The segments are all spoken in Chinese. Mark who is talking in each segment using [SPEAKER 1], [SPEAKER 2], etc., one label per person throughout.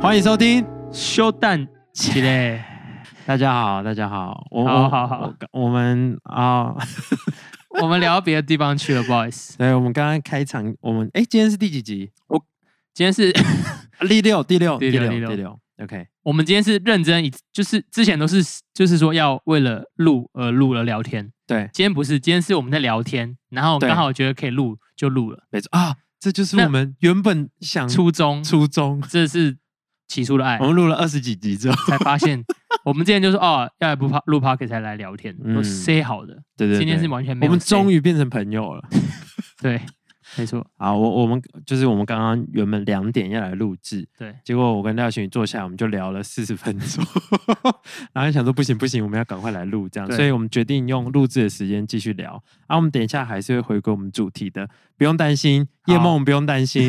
[SPEAKER 1] 欢迎收听，
[SPEAKER 2] 修蛋起嘞，
[SPEAKER 1] 大家好，大家好，我
[SPEAKER 2] 好好好
[SPEAKER 1] 我我我们 啊、
[SPEAKER 2] 我们聊到别的地方去了，不好意思。
[SPEAKER 1] 对，我们刚刚开场，我们哎，今天是第几集？
[SPEAKER 2] 今天是，
[SPEAKER 1] 啊第六，第六，
[SPEAKER 2] 第
[SPEAKER 1] 第
[SPEAKER 2] 六
[SPEAKER 1] 六，
[SPEAKER 2] 第六
[SPEAKER 1] 第六。OK，
[SPEAKER 2] 我们今天是认真以，就是之前都是就是说要为了录而录而聊天，
[SPEAKER 1] 对，
[SPEAKER 2] 今天不是，今天是我们在聊天，然后
[SPEAKER 1] 对
[SPEAKER 2] 刚好觉得可以录就录了。
[SPEAKER 1] 没错啊，这就是
[SPEAKER 2] 那
[SPEAKER 1] 我们原本想
[SPEAKER 2] 初哎中，
[SPEAKER 1] 初衷。
[SPEAKER 2] 这是起初的爱
[SPEAKER 1] 我，们录了二十几集 之后，
[SPEAKER 2] 才 发现我们之前就说哦，要来不怕录 p o c a s t 才来聊天，
[SPEAKER 1] 嗯
[SPEAKER 2] 都 say 好的，
[SPEAKER 1] 对对对，
[SPEAKER 2] 今天是完全没
[SPEAKER 1] 我
[SPEAKER 2] 有
[SPEAKER 1] 们
[SPEAKER 2] say。
[SPEAKER 1] 终
[SPEAKER 2] 于
[SPEAKER 1] 于变成朋友了。
[SPEAKER 2] 对，没错，
[SPEAKER 1] 啊，我我们就是我们刚刚原本两点要来录制，
[SPEAKER 2] 对，
[SPEAKER 1] 结果我跟廖群宇坐下来，我们就聊了四十分钟， 然后想说不行不行，我们要赶快来录这样，
[SPEAKER 2] 对
[SPEAKER 1] 所以我们决定用录制的时间继续聊。啊，我们等一下还是会回归我们主题的，不用担心，
[SPEAKER 2] 好
[SPEAKER 1] 叶梦不用担 心，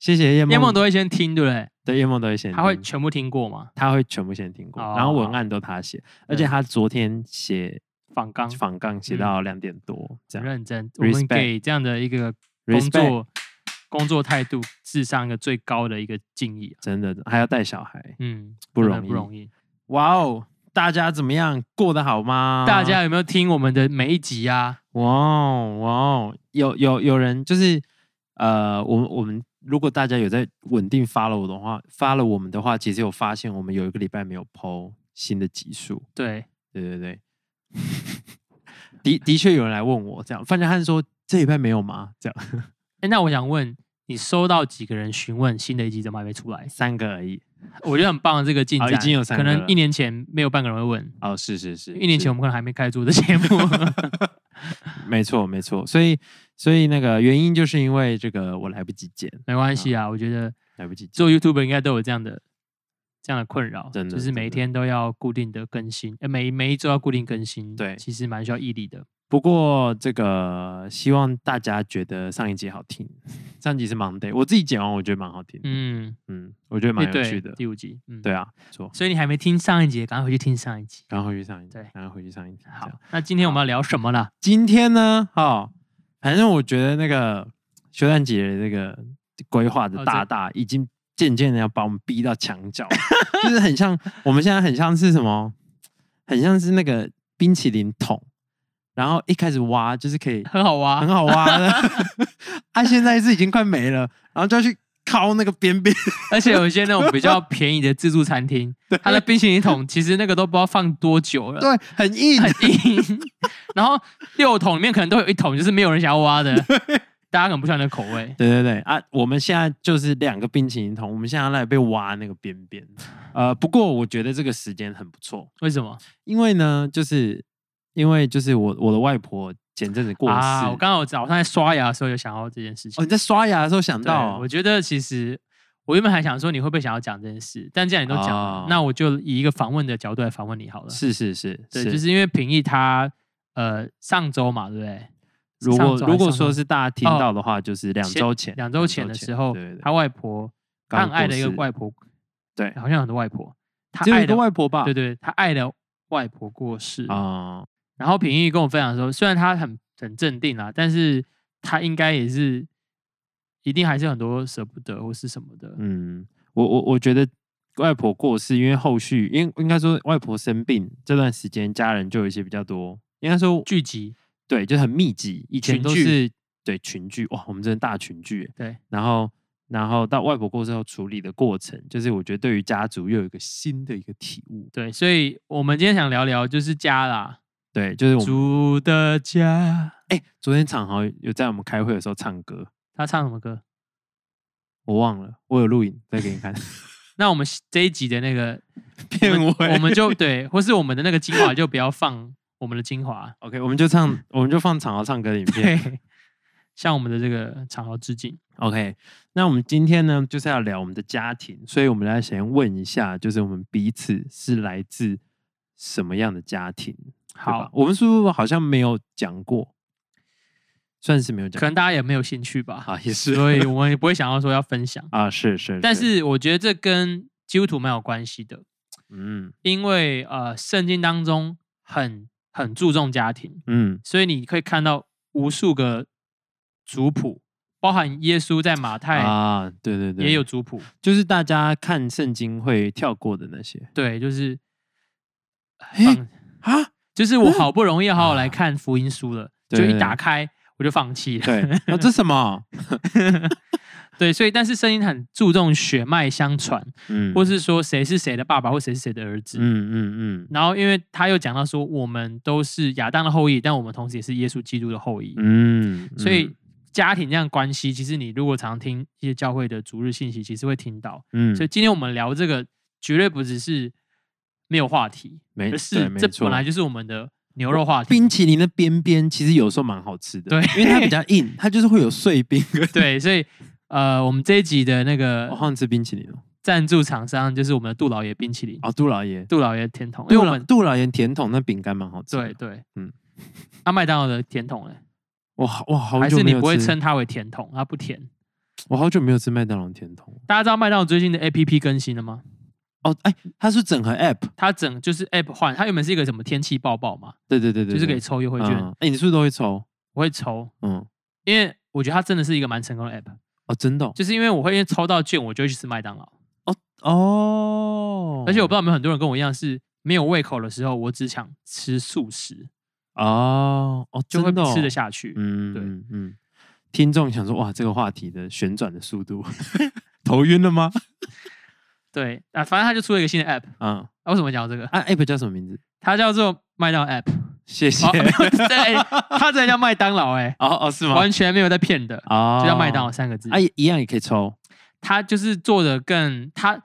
[SPEAKER 1] 谢谢叶梦，
[SPEAKER 2] 叶梦都会先听，对不对？
[SPEAKER 1] 对叶梦都会先听，
[SPEAKER 2] 他会全部听过吗？
[SPEAKER 1] 他会全部先听过，
[SPEAKER 2] 哦
[SPEAKER 1] 然后文案都他写，而且他昨天写
[SPEAKER 2] 仿纲，
[SPEAKER 1] 仿纲写
[SPEAKER 2] 嗯
[SPEAKER 1] 到两点多这
[SPEAKER 2] 很
[SPEAKER 1] 样
[SPEAKER 2] 认真，我们
[SPEAKER 1] Respect
[SPEAKER 2] 给这样的一个工
[SPEAKER 1] ，respect
[SPEAKER 2] 作工作态度至上一个最高的一个敬意啊、
[SPEAKER 1] 真的还要带小孩，
[SPEAKER 2] 嗯，
[SPEAKER 1] 不
[SPEAKER 2] 真的
[SPEAKER 1] 容易
[SPEAKER 2] 不容易。
[SPEAKER 1] 哇哦！大家怎么样？过得好吗？
[SPEAKER 2] 大家有没有听我们的每一集啊？
[SPEAKER 1] 哇哦哇哦，有有有人就是呃，我们我们如果大家有在稳定发了我的话，发了我们的话，其实有发现我们有一个礼拜没有抛新的集数，
[SPEAKER 2] 对，
[SPEAKER 1] 对对对， 的的确有人来问我这样，范家汉说这礼拜没有吗？这样
[SPEAKER 2] 哎，那我想问你，收到几个人询问新的一集怎么还没出来？
[SPEAKER 1] 三个而已，
[SPEAKER 2] 我觉得很棒，这个进
[SPEAKER 1] 好已
[SPEAKER 2] 展、
[SPEAKER 1] 经有三
[SPEAKER 2] 可
[SPEAKER 1] 个
[SPEAKER 2] 能
[SPEAKER 1] 了
[SPEAKER 2] 一年前没有半个人会问，
[SPEAKER 1] 哦是是是，
[SPEAKER 2] 一年
[SPEAKER 1] 是
[SPEAKER 2] 前我们可能还没开始做这 节目。
[SPEAKER 1] 没错没错，所以所以那个原因就是因为这个我来不及剪，
[SPEAKER 2] 没关系啊，我觉得
[SPEAKER 1] 来不及剪，
[SPEAKER 2] 做 YouTube 应该都有这样的这样的困扰，
[SPEAKER 1] 真的
[SPEAKER 2] 就是每
[SPEAKER 1] 真的
[SPEAKER 2] 天都要固定的更新，呃，每每一周要固定更新，
[SPEAKER 1] 对
[SPEAKER 2] 其实蛮需要毅力的。
[SPEAKER 1] 不过这个希望大家觉得上一集好听，上一集是 Monday，我自己剪完我觉得蛮好听的，嗯
[SPEAKER 2] 嗯，
[SPEAKER 1] 我觉得蛮
[SPEAKER 2] 诶
[SPEAKER 1] 有趣
[SPEAKER 2] 对
[SPEAKER 1] 的，
[SPEAKER 2] 第五集，嗯，
[SPEAKER 1] 对。啊，没错，
[SPEAKER 2] 所以你还没听上一集，赶快回去听上一集。
[SPEAKER 1] 然后回去上一集
[SPEAKER 2] 对，
[SPEAKER 1] 然后回去上一集，这样
[SPEAKER 2] 好，那今天我们要聊什么呢？
[SPEAKER 1] 今天呢，哦，反正我觉得那个修蛋姐的这个规划的
[SPEAKER 2] 哦
[SPEAKER 1] 大
[SPEAKER 2] 这
[SPEAKER 1] 大已经渐渐的要把我们逼到墙角，就是很像我们现在很像是什么，很像是那个冰淇淋桶，然后一开始挖就是可以
[SPEAKER 2] 很好挖，
[SPEAKER 1] 很好挖的。 啊，现在是已经快没了，然后就要去敲那个边 边。
[SPEAKER 2] 而且有一些那种比较便宜的自助餐厅， 它的冰淇淋桶其实那个都不知道放多久了，
[SPEAKER 1] 对，很硬。
[SPEAKER 2] 很硬。 然后六桶里面可能都有一桶就是没有人想要挖的，大家可能不喜欢的口味。
[SPEAKER 1] 对对对啊！我们现在就是两个冰淇淋桶，我们现在来被挖那个边边。呃，不过我觉得这个时间很不错，
[SPEAKER 2] 为什么？
[SPEAKER 1] 因为呢，就是因为就是我我的外婆前阵子过世，
[SPEAKER 2] 啊，我刚好早上在刷牙的时候有想到这件事情。
[SPEAKER 1] 哦你哦在刷牙的时候想
[SPEAKER 2] 对
[SPEAKER 1] 到
[SPEAKER 2] 我觉得其实我原本还想说你会不会想要讲这件事，但既然你都讲了，
[SPEAKER 1] 哦
[SPEAKER 2] 那我就以一个访问的角度来访问你好了。
[SPEAKER 1] 是是是，
[SPEAKER 2] 对，就是因为平易他呃上周嘛，对不对？
[SPEAKER 1] 如
[SPEAKER 2] 上
[SPEAKER 1] 果
[SPEAKER 2] 周还
[SPEAKER 1] 如果
[SPEAKER 2] 上周
[SPEAKER 1] 说是大家听
[SPEAKER 2] 哦
[SPEAKER 1] 到的话，就是两
[SPEAKER 2] 前
[SPEAKER 1] 周前
[SPEAKER 2] 两周前的时候，
[SPEAKER 1] 对对对
[SPEAKER 2] 他外婆，他
[SPEAKER 1] 刚
[SPEAKER 2] 很爱的一个
[SPEAKER 1] 过世
[SPEAKER 2] 外婆，
[SPEAKER 1] 对
[SPEAKER 2] 好像很多外婆，他
[SPEAKER 1] 只有
[SPEAKER 2] 爱
[SPEAKER 1] 一个
[SPEAKER 2] 的
[SPEAKER 1] 外婆吧，
[SPEAKER 2] 对对，他爱的外婆过世。
[SPEAKER 1] 啊，
[SPEAKER 2] 然后平易跟我分享说，虽然他很很镇定啦，但是他应该也是一定还是很多舍不得或是什么的。
[SPEAKER 1] 嗯，我我我觉得外婆过世，因为后续，因应该说外婆生病这段时间，家人就有一些比较多，应该说
[SPEAKER 2] 聚集
[SPEAKER 1] 对，就很密集，以前
[SPEAKER 2] 群
[SPEAKER 1] 都
[SPEAKER 2] 聚
[SPEAKER 1] 是对群聚，哇，我们真的大群聚耶，欸
[SPEAKER 2] 对
[SPEAKER 1] 然后然后到外婆过世后处理的过程，就是我觉得对于家族又有一个新的一个体悟，
[SPEAKER 2] 对，所以我们今天想聊聊就是家啦，
[SPEAKER 1] 对，就是我们
[SPEAKER 2] 主的家。
[SPEAKER 1] 哎、昨天场豪有在我们开会的时候唱歌，
[SPEAKER 2] 他唱什么歌？
[SPEAKER 1] 我忘了，我有录影再给你看，
[SPEAKER 2] 那我们这一集的那个
[SPEAKER 1] 骗
[SPEAKER 2] 我
[SPEAKER 1] 我
[SPEAKER 2] 们，我们就对，或是我们的那个精华就不要放我们的 精华，
[SPEAKER 1] OK，我们就唱，我们就放场豪唱歌的影片。
[SPEAKER 2] 对，向我们的这个场合致敬。
[SPEAKER 1] OK，那我们今天呢，就是要聊我们的家庭，所以我们来先问一下，就是我们彼此是来自什么样的家庭？对吧
[SPEAKER 2] 好，
[SPEAKER 1] 我们是不是好像没有讲过？算是没有讲
[SPEAKER 2] 可能大家也没有兴趣吧，
[SPEAKER 1] 啊，也是
[SPEAKER 2] 所以我们也不会想要说要分享。
[SPEAKER 1] 啊，是是，
[SPEAKER 2] 但是我觉得这跟基督徒蛮有关系的，
[SPEAKER 1] 嗯
[SPEAKER 2] 因为呃，圣经当中很很注重家庭，
[SPEAKER 1] 嗯
[SPEAKER 2] 所以你可以看到无数个族谱，包含耶稣在马太
[SPEAKER 1] 啊，对对对，
[SPEAKER 2] 哎也有族谱，
[SPEAKER 1] 就是大家看圣经会跳过的那些
[SPEAKER 2] 对，就是
[SPEAKER 1] 诶
[SPEAKER 2] 放
[SPEAKER 1] 啊，
[SPEAKER 2] 就是我好不容易好好来
[SPEAKER 1] 啊
[SPEAKER 2] 看福音书了，
[SPEAKER 1] 对
[SPEAKER 2] 就一
[SPEAKER 1] 对
[SPEAKER 2] 打开我就放弃 了。
[SPEAKER 1] 对，啊这什么？
[SPEAKER 2] 对，所以但是圣经很注重血脉相传，
[SPEAKER 1] 嗯，
[SPEAKER 2] 或是说谁是谁的爸爸或谁是谁的儿子。
[SPEAKER 1] 嗯嗯
[SPEAKER 2] 然后，因为他又讲到说，我们都是亚当的后裔，但我们同时也是耶稣基督的后裔。
[SPEAKER 1] 嗯嗯，
[SPEAKER 2] 所以家庭这样关系，其实你如果常听一些教会的逐日信息，其实会听到。
[SPEAKER 1] 嗯，
[SPEAKER 2] 所以今天我们聊这个，绝对不只是没有话题，
[SPEAKER 1] 没
[SPEAKER 2] 而
[SPEAKER 1] 对
[SPEAKER 2] 是
[SPEAKER 1] 没
[SPEAKER 2] 这
[SPEAKER 1] 错
[SPEAKER 2] 本来就是我们的牛肉话题。
[SPEAKER 1] 冰淇淋的边边其实有时候蛮好吃的，
[SPEAKER 2] 对
[SPEAKER 1] 因为它比较 硬，它就是会有碎冰。
[SPEAKER 2] 对，所以呃，我们这一集的那
[SPEAKER 1] 我
[SPEAKER 2] 个
[SPEAKER 1] 好想吃冰淇淋哦，
[SPEAKER 2] 赞助厂商就是我们的杜老爷冰淇淋，
[SPEAKER 1] 哦，杜老爷，
[SPEAKER 2] 杜老爷甜筒，因为
[SPEAKER 1] 杜
[SPEAKER 2] 我
[SPEAKER 1] 老
[SPEAKER 2] 们
[SPEAKER 1] 杜老爷甜筒那饼干蛮好吃的。
[SPEAKER 2] 对对，嗯
[SPEAKER 1] 嗯，
[SPEAKER 2] 那麦当劳的甜筒嘞，
[SPEAKER 1] 我好我好
[SPEAKER 2] 还
[SPEAKER 1] 久
[SPEAKER 2] 是
[SPEAKER 1] 没
[SPEAKER 2] 你
[SPEAKER 1] 有
[SPEAKER 2] 不会
[SPEAKER 1] 吃
[SPEAKER 2] 称它为甜筒，它不甜。
[SPEAKER 1] 我好久没有吃麦当劳甜筒
[SPEAKER 2] 大家知道麦当劳最近的 A P P 更新了吗？
[SPEAKER 1] 哦，哎，它是整合 app，
[SPEAKER 2] 它整就是 App 换，它原本是一个什么天气报报嘛，
[SPEAKER 1] 对对对对，
[SPEAKER 2] 就是可以
[SPEAKER 1] 对
[SPEAKER 2] 抽优惠券，
[SPEAKER 1] 嗯哎，你是不是都会抽？
[SPEAKER 2] 我会抽，
[SPEAKER 1] 嗯，
[SPEAKER 2] 因为我觉得它真的是一个蛮成功的 App，
[SPEAKER 1] 哦，真的哦
[SPEAKER 2] 就是因为我会因为抽到券，我就会去吃麦当劳，
[SPEAKER 1] 哦，
[SPEAKER 2] 而且我不知道有没有很多人跟我一样是没有胃口的时候，我只想吃素食，
[SPEAKER 1] 哦哦，
[SPEAKER 2] 就会
[SPEAKER 1] 真的哦
[SPEAKER 2] 吃得，下去。
[SPEAKER 1] 嗯，
[SPEAKER 2] 对
[SPEAKER 1] 嗯嗯，听众想说哇，这个话题的旋转的速度， 头晕了吗？
[SPEAKER 2] 对啊，反正它就出了一个新的 App，
[SPEAKER 1] 嗯，
[SPEAKER 2] 啊，为什么讲到这个？
[SPEAKER 1] 啊，app 叫什么名字？
[SPEAKER 2] 它叫做麦当 劳 App，
[SPEAKER 1] 谢谢
[SPEAKER 2] 哦， 没有对，它真的叫麦当劳哎、
[SPEAKER 1] 哦哦，是吗？
[SPEAKER 2] 完全没有在骗的，
[SPEAKER 1] 哦，
[SPEAKER 2] 就叫麦当劳三个字。
[SPEAKER 1] 啊，一一样也可以抽。
[SPEAKER 2] 它就是做的更它，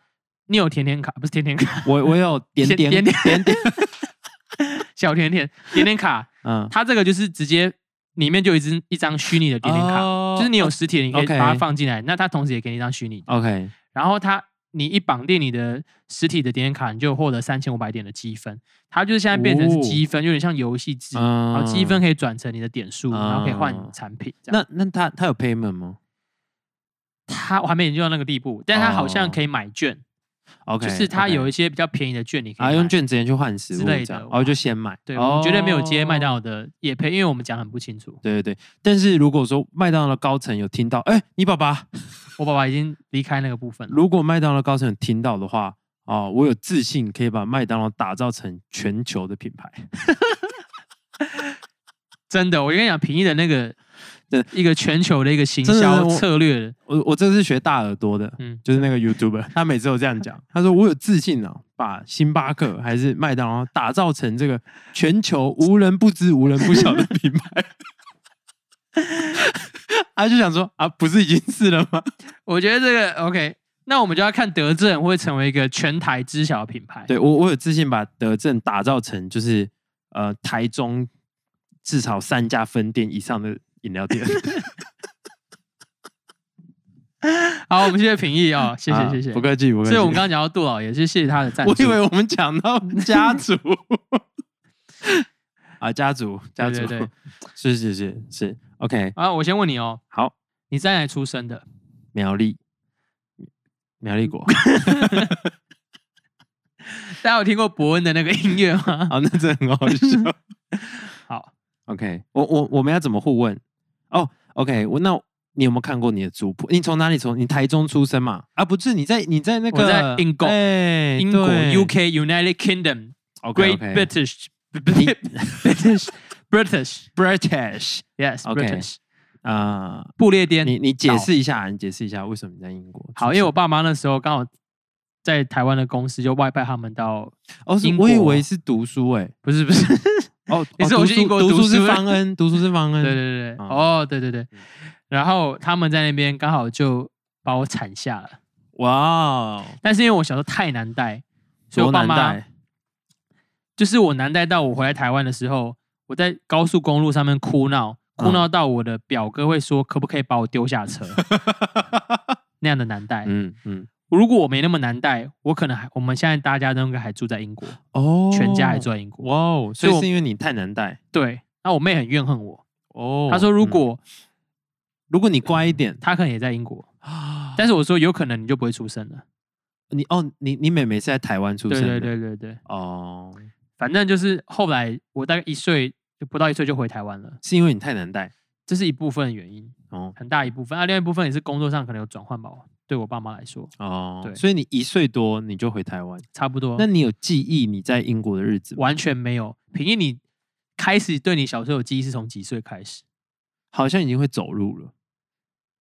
[SPEAKER 2] 你有甜甜卡不是甜甜卡，
[SPEAKER 1] 我我 有点
[SPEAKER 2] 先
[SPEAKER 1] 点
[SPEAKER 2] 点点
[SPEAKER 1] 点点，
[SPEAKER 2] 小甜甜甜甜卡，
[SPEAKER 1] 嗯，
[SPEAKER 2] 它这个就是直接里面就有一只一张虚拟的点点卡，
[SPEAKER 1] 哦
[SPEAKER 2] 就是你有实体的，你可以
[SPEAKER 1] OK
[SPEAKER 2] 把它放进来，那它同时也给你一张虚拟的，
[SPEAKER 1] OK，
[SPEAKER 2] 然后它。你一绑定你的实体的点点卡，你就获得三千五百点的积分。它就是现在变成是
[SPEAKER 1] 哦
[SPEAKER 2] 积分，有点像游戏制，然后
[SPEAKER 1] 嗯
[SPEAKER 2] 积分可以转成你的点数，然后可以
[SPEAKER 1] 嗯
[SPEAKER 2] 换产品。这样
[SPEAKER 1] 那那他他有 payment 吗
[SPEAKER 2] 它我还没研究到那个地步，但它好像
[SPEAKER 1] 哦
[SPEAKER 2] 可以买券，
[SPEAKER 1] ？OK，
[SPEAKER 2] 就是它有一
[SPEAKER 1] 一
[SPEAKER 2] 些比较便宜的券，你可以
[SPEAKER 1] 啊，
[SPEAKER 2] 买
[SPEAKER 1] 用券直接去换食
[SPEAKER 2] 之
[SPEAKER 1] 物
[SPEAKER 2] 类
[SPEAKER 1] 这样
[SPEAKER 2] 的，
[SPEAKER 1] 哦，就先买。
[SPEAKER 2] 对，我们绝对没有接麦
[SPEAKER 1] 劳。
[SPEAKER 2] 当劳的也配，因为我们讲得很不清楚。
[SPEAKER 1] 对对对，但是如果说麦当劳的高层有听到，哎，你爸爸，
[SPEAKER 2] 我爸爸已经离开那个部分了。
[SPEAKER 1] 如果麦当劳高层有听到的话，哦，我有自信可以把麦当劳打造成全球的品牌。
[SPEAKER 2] 真的，我跟你讲，平易的那个
[SPEAKER 1] 对
[SPEAKER 2] 一个全球的一个行
[SPEAKER 1] 真的
[SPEAKER 2] 销
[SPEAKER 1] 我
[SPEAKER 2] 策略的，
[SPEAKER 1] 我我这是学大耳朵的，
[SPEAKER 2] 嗯，
[SPEAKER 1] 就是那个 YouTuber，他每次都这样讲，他说我有自信啊，把星巴克还是麦当劳打造成这个全球无人不知、无人不晓的品牌。 他就想说啊，不是已经是了吗？
[SPEAKER 2] 我觉得这个 OK。那我们就要看德政会不会成为一个全台知晓的品牌。
[SPEAKER 1] 对我，我有自信把德政打造成就是呃台中至少三家分店以上的饮料店。
[SPEAKER 2] 好，我们谢谢平易哦，谢谢
[SPEAKER 1] 啊
[SPEAKER 2] 谢谢。
[SPEAKER 1] 不客气，不客气。
[SPEAKER 2] 所以我们刚刚讲到杜老爷，是谢谢他的赞助。
[SPEAKER 1] 我以为我们讲 到家族啊，家族，家
[SPEAKER 2] 对
[SPEAKER 1] 族，
[SPEAKER 2] 对对
[SPEAKER 1] 是是是是，OK，
[SPEAKER 2] 啊，我先问你哦，
[SPEAKER 1] 好，
[SPEAKER 2] 你在哪里出生的？
[SPEAKER 1] 苗栗，苗 栗国，
[SPEAKER 2] 大家有听过伯恩的那个音乐吗？
[SPEAKER 1] 哦好，那真的很好笑。
[SPEAKER 2] 好，
[SPEAKER 1] OK，我我我们要怎么互问？哦、o k 我那你有没有看过你的族谱？你从哪里从？你台中出生嘛？啊，不是，你在你在那个
[SPEAKER 2] 我在英国
[SPEAKER 1] 哎
[SPEAKER 2] 英国
[SPEAKER 1] 对
[SPEAKER 2] UK United Kingdom
[SPEAKER 1] OK，OK
[SPEAKER 2] Great British British British
[SPEAKER 1] British
[SPEAKER 2] Yes
[SPEAKER 1] OK
[SPEAKER 2] British
[SPEAKER 1] 啊、
[SPEAKER 2] 不列颠
[SPEAKER 1] 你你解
[SPEAKER 2] 岛
[SPEAKER 1] 释一下，你解释一下为什么你在英国出生？
[SPEAKER 2] 好，因为我爸妈那时候刚好在台湾的公司就外派他们到，
[SPEAKER 1] 哦，是
[SPEAKER 2] 英
[SPEAKER 1] 我以
[SPEAKER 2] 国
[SPEAKER 1] 为是读书哎、
[SPEAKER 2] 不是不是，
[SPEAKER 1] 哦，
[SPEAKER 2] 你
[SPEAKER 1] 哦
[SPEAKER 2] 是我
[SPEAKER 1] 读
[SPEAKER 2] 去
[SPEAKER 1] 书
[SPEAKER 2] 英国
[SPEAKER 1] 读
[SPEAKER 2] 读
[SPEAKER 1] 书欸是
[SPEAKER 2] 书的
[SPEAKER 1] 方恩，读书是方恩，
[SPEAKER 2] 对对对对，
[SPEAKER 1] 嗯
[SPEAKER 2] 哦对对对，然后他们在那边刚好就把我产下了，
[SPEAKER 1] 哇哦，
[SPEAKER 2] 但是因为我小时候太难带，所以我
[SPEAKER 1] 多
[SPEAKER 2] 爸
[SPEAKER 1] 难
[SPEAKER 2] 妈
[SPEAKER 1] 带
[SPEAKER 2] 就是我难带到我回来台湾的时候，我在高速公路上面哭闹，哭
[SPEAKER 1] 嗯
[SPEAKER 2] 闹到我的表哥会说可不可以把我丢下 车那样的难带，
[SPEAKER 1] 嗯嗯，
[SPEAKER 2] 如果我没那么难带，我可能还我们现在大家都应该还住在英国，
[SPEAKER 1] 哦，
[SPEAKER 2] 全家还住在英国。
[SPEAKER 1] 哇哦，所
[SPEAKER 2] 所以
[SPEAKER 1] 以
[SPEAKER 2] 我
[SPEAKER 1] 是因为你太难带
[SPEAKER 2] 对，那我妹很怨恨我，
[SPEAKER 1] 哦。
[SPEAKER 2] 她说如
[SPEAKER 1] 嗯
[SPEAKER 2] 果、
[SPEAKER 1] 如果你乖一点，
[SPEAKER 2] 她可能也在英国，
[SPEAKER 1] 啊
[SPEAKER 2] 但是我说有可能你就不会出生了。
[SPEAKER 1] 你哦，你你妹妹是在台湾出
[SPEAKER 2] 对
[SPEAKER 1] 生的，
[SPEAKER 2] 对对对对，
[SPEAKER 1] 哦，
[SPEAKER 2] 反正就是后来我大概一岁就不到一岁就回台湾了，
[SPEAKER 1] 是因为你太难带
[SPEAKER 2] 这是一部分原因。
[SPEAKER 1] 哦
[SPEAKER 2] 很大一部分。啊，另外一部分也是工作上可能有转换吧，对我爸妈来说
[SPEAKER 1] 哦
[SPEAKER 2] 对，
[SPEAKER 1] 所以你一岁多你就回台湾，
[SPEAKER 2] 差不多。
[SPEAKER 1] 那你有记忆你在英国的日子吗？
[SPEAKER 2] 完全没有。平易，你开始对你小时候有记忆是从几岁开始？
[SPEAKER 1] 好像已经会走路了，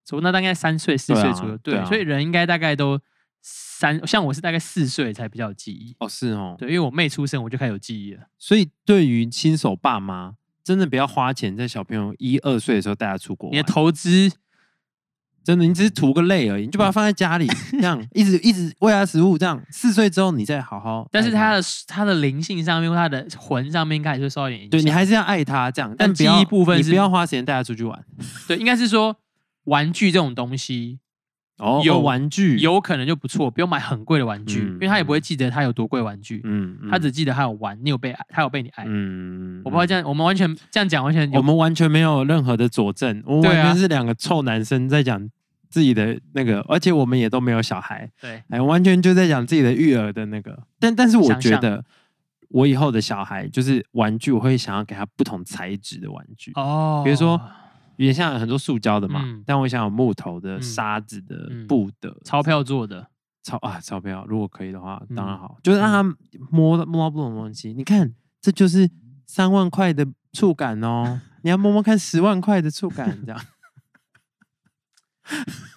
[SPEAKER 2] 从那大概三岁、四
[SPEAKER 1] 对
[SPEAKER 2] 岁
[SPEAKER 1] 啊
[SPEAKER 2] 左右，
[SPEAKER 1] 对啊
[SPEAKER 2] 所以人应该大概都三，像我是大概四岁才比较有记忆。
[SPEAKER 1] 哦是哦，
[SPEAKER 2] 对，因为我妹出生我就开始有记忆了。
[SPEAKER 1] 所以对于新手爸妈，真的不要花钱在小朋友一二岁的时候带他出国
[SPEAKER 2] 你的
[SPEAKER 1] 玩，
[SPEAKER 2] 投资
[SPEAKER 1] 真的你只是图个累而已，你就
[SPEAKER 2] 嗯
[SPEAKER 1] 把他放在家 里这样，一直一直喂他食物，这样四岁之后你再好好爱，
[SPEAKER 2] 但是他的他的灵性上面或他的魂上面开始会受到一点影响。
[SPEAKER 1] 对你还是要爱他这样，
[SPEAKER 2] 但
[SPEAKER 1] 不要
[SPEAKER 2] 记忆部分
[SPEAKER 1] 你
[SPEAKER 2] 是
[SPEAKER 1] 不要花时间带他出去玩，
[SPEAKER 2] 对，应该是说玩具这种东西
[SPEAKER 1] 哦
[SPEAKER 2] 有
[SPEAKER 1] 哦玩具，
[SPEAKER 2] 有可能就不错，不用买很贵的玩具，
[SPEAKER 1] 嗯
[SPEAKER 2] 因为他也不会记得他有多贵玩具，
[SPEAKER 1] 嗯，嗯
[SPEAKER 2] 他只记得他有玩，你有被爱，他有被你爱。
[SPEAKER 1] 嗯
[SPEAKER 2] 我不知道这样，我们完全这样讲完全有
[SPEAKER 1] 我们完全没有任何的佐证，我们完
[SPEAKER 2] 对啊
[SPEAKER 1] 全是两个臭男生在讲自己的那个，而且我们也都没有小孩，
[SPEAKER 2] 对
[SPEAKER 1] 哎，完全就在讲自己的育儿的那个。但但是我觉
[SPEAKER 2] 想
[SPEAKER 1] 得，我以后的小孩就是玩具，我会想要给他不同材质的玩具，
[SPEAKER 2] 哦，
[SPEAKER 1] 比如说有点像很多塑胶的嘛，
[SPEAKER 2] 嗯
[SPEAKER 1] 但我想有木头的、
[SPEAKER 2] 嗯
[SPEAKER 1] 沙子的、
[SPEAKER 2] 嗯
[SPEAKER 1] 布的、
[SPEAKER 2] 钞票做的，
[SPEAKER 1] 钞啊钞票，如果可以的话，当然
[SPEAKER 2] 嗯
[SPEAKER 1] 好，就是让他摸到摸到不同的东西。你看，这就是三万块的触感哦， 你要摸摸看十万块的触感，这样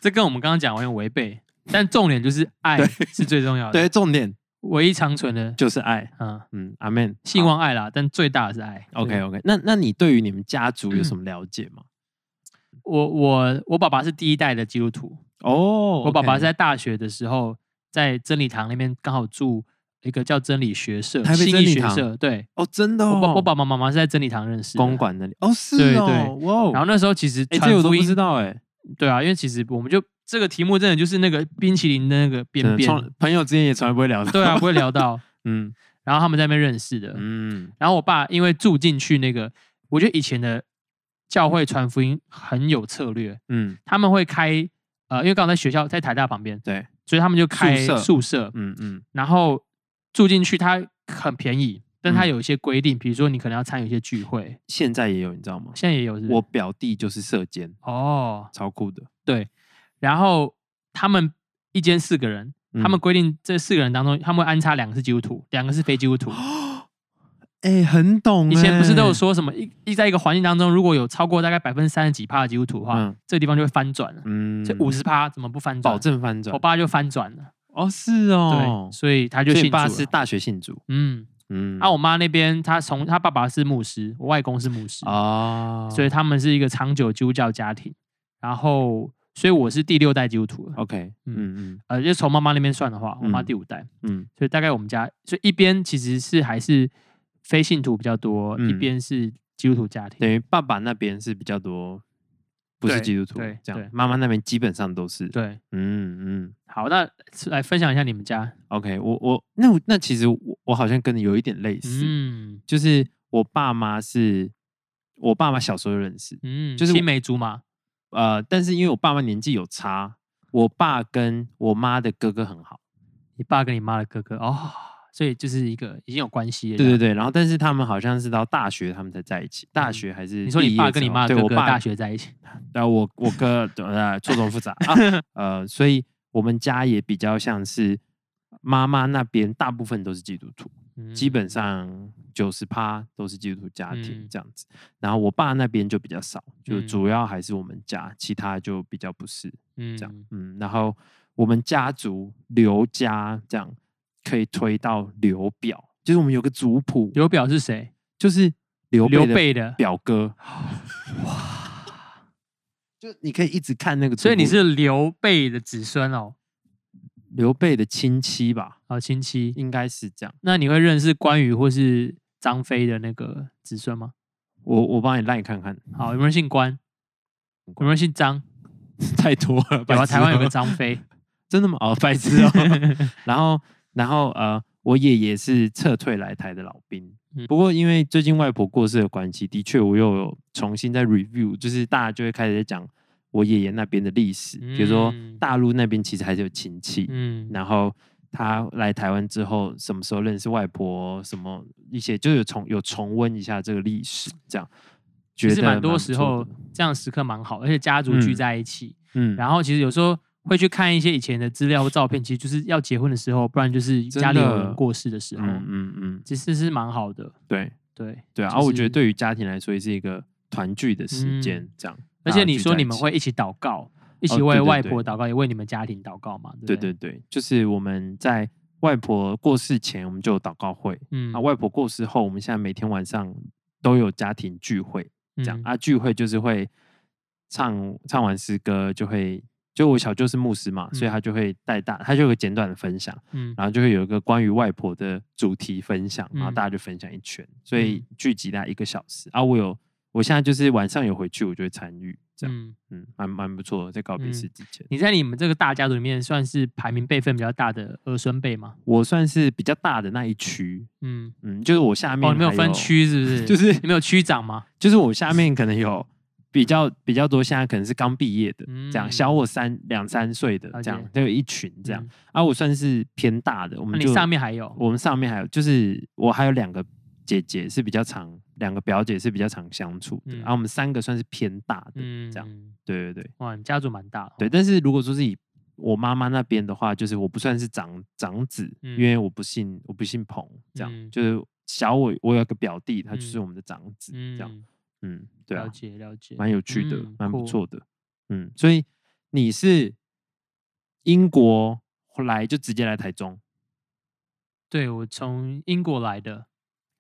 [SPEAKER 2] 这跟我们刚刚讲完全违背。但重点就是爱 是最重要的，
[SPEAKER 1] 对，，重点
[SPEAKER 2] 唯一长存的，
[SPEAKER 1] 就是爱，
[SPEAKER 2] 嗯，
[SPEAKER 1] 嗯，阿 man，
[SPEAKER 2] 希望爱啦，但最大的是爱。
[SPEAKER 1] OK
[SPEAKER 2] 对
[SPEAKER 1] OK，那那你对于你们家族 有什么了解吗？
[SPEAKER 2] 我我我爸爸是第一代的基督徒，
[SPEAKER 1] 哦
[SPEAKER 2] 我爸爸是在大学的时候在真理堂那边刚好住一个叫真理学社，
[SPEAKER 1] 台北
[SPEAKER 2] 新
[SPEAKER 1] 真
[SPEAKER 2] 义
[SPEAKER 1] 理
[SPEAKER 2] 学
[SPEAKER 1] 堂
[SPEAKER 2] 社，对，
[SPEAKER 1] 哦，真的
[SPEAKER 2] 我
[SPEAKER 1] 哦，
[SPEAKER 2] 爸我爸爸妈妈是在真理堂认识的
[SPEAKER 1] 公。馆那里哦，是
[SPEAKER 2] 对
[SPEAKER 1] 哦，哇哦，
[SPEAKER 2] 然后那时候其实
[SPEAKER 1] 哎，
[SPEAKER 2] 传
[SPEAKER 1] 这我都
[SPEAKER 2] 福
[SPEAKER 1] 不
[SPEAKER 2] 音
[SPEAKER 1] 知道哎，
[SPEAKER 2] 对啊，因为其实我们就这个题目真的就是那个冰淇淋的那个
[SPEAKER 1] 真
[SPEAKER 2] 边
[SPEAKER 1] 的
[SPEAKER 2] 边
[SPEAKER 1] 从，朋友之间也从来不会聊到，
[SPEAKER 2] 对啊，不会聊到。
[SPEAKER 1] 嗯
[SPEAKER 2] 然后他们在那边认识的，
[SPEAKER 1] 嗯，
[SPEAKER 2] 然后我爸因为住进去那个，我觉得以前的教会传福音很有策略，
[SPEAKER 1] 嗯
[SPEAKER 2] 他们会开呃，因为刚好在学校在台大旁边，
[SPEAKER 1] 对，
[SPEAKER 2] 所以他们就开
[SPEAKER 1] 宿舍
[SPEAKER 2] 宿舍，
[SPEAKER 1] 嗯嗯
[SPEAKER 2] 然后住进去它很便宜，但它
[SPEAKER 1] 嗯
[SPEAKER 2] 有一些规定，比如说你可能要参与一些聚会，
[SPEAKER 1] 现在也有，你知道吗？
[SPEAKER 2] 现在也有是不是
[SPEAKER 1] 我表弟就是射箭，
[SPEAKER 2] 哦，
[SPEAKER 1] 超酷的，
[SPEAKER 2] 然后他们一间四个人，他们
[SPEAKER 1] 嗯
[SPEAKER 2] 规定这四个人当中，他们会安插两个是基督徒，两个是非基督徒。
[SPEAKER 1] 哎，很懂，
[SPEAKER 2] 以前不是都有
[SPEAKER 1] 哎，
[SPEAKER 2] 说什么一一在一个环境当中，如果有超过大概百分之三十几趴的基督徒的话，
[SPEAKER 1] 嗯
[SPEAKER 2] 这个地方就会翻转了。
[SPEAKER 1] 嗯
[SPEAKER 2] 这五十趴怎么不翻转？
[SPEAKER 1] 保证翻转
[SPEAKER 2] 我，爸就翻转了，
[SPEAKER 1] 哦是哦
[SPEAKER 2] 对，，所以他就
[SPEAKER 1] 所以你
[SPEAKER 2] 信主
[SPEAKER 1] 爸
[SPEAKER 2] 了。
[SPEAKER 1] 是大学信主，
[SPEAKER 2] 嗯，
[SPEAKER 1] 嗯
[SPEAKER 2] 啊，我妈那边她从她爸爸是牧师，我外公是牧师，
[SPEAKER 1] 哦，
[SPEAKER 2] 所以他们是一个长久基督教家庭。然后，所以我是第六代基督徒了，
[SPEAKER 1] OK，嗯嗯
[SPEAKER 2] 呃，就从妈妈那边算的话，我妈
[SPEAKER 1] 哦嗯
[SPEAKER 2] 第五代。
[SPEAKER 1] 嗯
[SPEAKER 2] 所以大概我们家，所以一边其实是还是非信徒比较多，一
[SPEAKER 1] 嗯
[SPEAKER 2] 边是基督徒家庭。
[SPEAKER 1] 等于爸爸那边是比较多，不是
[SPEAKER 2] 嗯对
[SPEAKER 1] 基督徒
[SPEAKER 2] 对
[SPEAKER 1] 这
[SPEAKER 2] 对
[SPEAKER 1] 样，妈妈那边基本上都是。
[SPEAKER 2] 对，
[SPEAKER 1] 嗯嗯
[SPEAKER 2] 好，那来分享一下你们家。
[SPEAKER 1] ，OK，我我那我那其实我我好像跟你有一点类似，
[SPEAKER 2] 嗯
[SPEAKER 1] 就是我爸妈是我爸妈小时候认识，
[SPEAKER 2] 嗯，
[SPEAKER 1] 就是
[SPEAKER 2] 青
[SPEAKER 1] 我
[SPEAKER 2] 梅竹马。
[SPEAKER 1] 呃，但是因为我爸妈年纪有差，我爸跟我妈的哥哥很好，
[SPEAKER 2] 你爸跟你妈的哥哥哦，所以就是一个已经有关系了。
[SPEAKER 1] 对对，对，然后但是他们好像是到大学他们才在一起，大
[SPEAKER 2] 嗯
[SPEAKER 1] 学还是
[SPEAKER 2] 你说你
[SPEAKER 1] 毕
[SPEAKER 2] 爸
[SPEAKER 1] 业
[SPEAKER 2] 跟
[SPEAKER 1] 之
[SPEAKER 2] 你
[SPEAKER 1] 后
[SPEAKER 2] 妈的
[SPEAKER 1] 对
[SPEAKER 2] 哥
[SPEAKER 1] 我
[SPEAKER 2] 哥
[SPEAKER 1] 爸
[SPEAKER 2] 大学在一起，
[SPEAKER 1] 然后我我哥呃错综复杂 啊，呃，所以我们家也比较像是妈妈那边大部分都是基督徒，嗯 基本上九十趴都是基督徒家庭
[SPEAKER 2] 嗯
[SPEAKER 1] 这样子。然后我爸那边就比较少，就
[SPEAKER 2] 嗯
[SPEAKER 1] 主要还是我们家，其他就比较不是
[SPEAKER 2] 嗯
[SPEAKER 1] 这样。嗯，然后我们家族刘家这样可以推到刘表，就是我们有个族谱，
[SPEAKER 2] 刘表是谁？
[SPEAKER 1] 就是刘
[SPEAKER 2] 刘
[SPEAKER 1] 备的
[SPEAKER 2] 备的。
[SPEAKER 1] 表哥。哇！就你可以一直看那个族谱，
[SPEAKER 2] 所以你是刘备的子孙哦，
[SPEAKER 1] 刘备的亲戚吧，
[SPEAKER 2] 哦亲戚。
[SPEAKER 1] 应该是这样。
[SPEAKER 2] 那你会认识关羽或是张飞的那个子孙吗？
[SPEAKER 1] 我我帮你赖看看，
[SPEAKER 2] 好，有没有人姓关？有没有人姓张？
[SPEAKER 1] 太多了。
[SPEAKER 2] 有
[SPEAKER 1] 白
[SPEAKER 2] 啊，
[SPEAKER 1] 痴
[SPEAKER 2] 台湾有个
[SPEAKER 1] 哦
[SPEAKER 2] 张飞，
[SPEAKER 1] 真的吗？哦，白痴哦。然后然后呃，我爷爷是撤退来台的老兵
[SPEAKER 2] 嗯。
[SPEAKER 1] 不过因为最近外婆过世的关系，的确我又有重新在 review，就是大家就会开始在讲我爷爷那边的历史，比如说
[SPEAKER 2] 嗯
[SPEAKER 1] 大陆那边其实还是有亲戚，
[SPEAKER 2] 嗯，
[SPEAKER 1] 然后他来台湾之后，什么时候认识外婆，什么一些就有重有重温一下这个历史，这样。觉
[SPEAKER 2] 其
[SPEAKER 1] 得
[SPEAKER 2] 实蛮多
[SPEAKER 1] 不
[SPEAKER 2] 时
[SPEAKER 1] 错
[SPEAKER 2] 候
[SPEAKER 1] 的
[SPEAKER 2] 这样的时刻蛮好，而且家族聚
[SPEAKER 1] 嗯
[SPEAKER 2] 在一起，
[SPEAKER 1] 嗯，
[SPEAKER 2] 然后其实有时候会去看一些以前的资料或照片，其实就是要结婚的时候，不然就是
[SPEAKER 1] 真
[SPEAKER 2] 家里有
[SPEAKER 1] 的
[SPEAKER 2] 人过世的时候，
[SPEAKER 1] 嗯嗯嗯，
[SPEAKER 2] 其实是蛮好的。
[SPEAKER 1] 对
[SPEAKER 2] 对
[SPEAKER 1] 对啊，
[SPEAKER 2] 就
[SPEAKER 1] 啊我觉得
[SPEAKER 2] 是
[SPEAKER 1] 对于家庭来说也是一个团聚的时间
[SPEAKER 2] 嗯，
[SPEAKER 1] 这样。大
[SPEAKER 2] 而且
[SPEAKER 1] 家
[SPEAKER 2] 你
[SPEAKER 1] 聚
[SPEAKER 2] 说
[SPEAKER 1] 在
[SPEAKER 2] 你
[SPEAKER 1] 一
[SPEAKER 2] 们
[SPEAKER 1] 起
[SPEAKER 2] 会一起祷告，一
[SPEAKER 1] 哦
[SPEAKER 2] 起
[SPEAKER 1] 对
[SPEAKER 2] 为
[SPEAKER 1] 对
[SPEAKER 2] 外
[SPEAKER 1] 对
[SPEAKER 2] 婆祷告，也为你们家庭祷告嘛？对不
[SPEAKER 1] 对
[SPEAKER 2] 对
[SPEAKER 1] 对对，就是我们在外婆过世前，我们就有祷告会。
[SPEAKER 2] 嗯
[SPEAKER 1] 啊，外婆过世后，我们现在每天晚上都有家庭聚会，这样、
[SPEAKER 2] 嗯
[SPEAKER 1] 啊，聚会就是会唱唱完诗歌，就会就我小舅是牧师嘛，所以
[SPEAKER 2] 嗯
[SPEAKER 1] 他就会带大，他就有个简短的分享，
[SPEAKER 2] 嗯
[SPEAKER 1] 然后就会有一个关于外婆的主题分享，然后
[SPEAKER 2] 嗯
[SPEAKER 1] 大家就分享一圈，所以聚集大概一个小时啊。我有，我现在就是晚上有回去，我就会参与，这样，
[SPEAKER 2] 嗯，
[SPEAKER 1] 嗯，蛮蛮不错的，在告别
[SPEAKER 2] 嗯
[SPEAKER 1] 式之前，
[SPEAKER 2] 你在你们这个大家族里面算是排名辈分比较大的儿孙辈吗？
[SPEAKER 1] 我算是比较大的那一区，
[SPEAKER 2] 嗯，
[SPEAKER 1] 嗯，就是我下面
[SPEAKER 2] 哦，你们有
[SPEAKER 1] 还
[SPEAKER 2] 分区是不是？
[SPEAKER 1] 就是
[SPEAKER 2] 你们有区长吗？
[SPEAKER 1] 就是我下面可能有比较比较多，现在可能是刚毕业的，这样
[SPEAKER 2] 嗯
[SPEAKER 1] 小我三两三岁的
[SPEAKER 2] 了
[SPEAKER 1] 这样
[SPEAKER 2] 解，
[SPEAKER 1] 都有一群这样
[SPEAKER 2] 嗯。
[SPEAKER 1] 啊，我算是偏大的，我
[SPEAKER 2] 那
[SPEAKER 1] 们
[SPEAKER 2] 啊你
[SPEAKER 1] 就
[SPEAKER 2] 上面还有，
[SPEAKER 1] 我们上面还有，就是我还有两个姐姐是比较常，两个表姐是比较常相处的，啊
[SPEAKER 2] 嗯
[SPEAKER 1] 然后我们三个算是偏大的，
[SPEAKER 2] 嗯，
[SPEAKER 1] 这样
[SPEAKER 2] 样，
[SPEAKER 1] 对对对
[SPEAKER 2] 哇，你家族蛮大的哦，
[SPEAKER 1] 对。但是如果说是以我妈妈那边的话，就是我不算是长长子，
[SPEAKER 2] 嗯
[SPEAKER 1] 因为我不姓我不姓彭，这样、
[SPEAKER 2] 嗯
[SPEAKER 1] 就是小我我有个表弟，他就是
[SPEAKER 2] 嗯
[SPEAKER 1] 我们的长子，
[SPEAKER 2] 嗯，
[SPEAKER 1] 这样嗯，对啊
[SPEAKER 2] 了，解了解，
[SPEAKER 1] 蛮有趣的
[SPEAKER 2] 嗯，
[SPEAKER 1] 蛮不
[SPEAKER 2] 酷
[SPEAKER 1] 错的。嗯，所以你是英国来就直接来台中，
[SPEAKER 2] 对我从英国来的，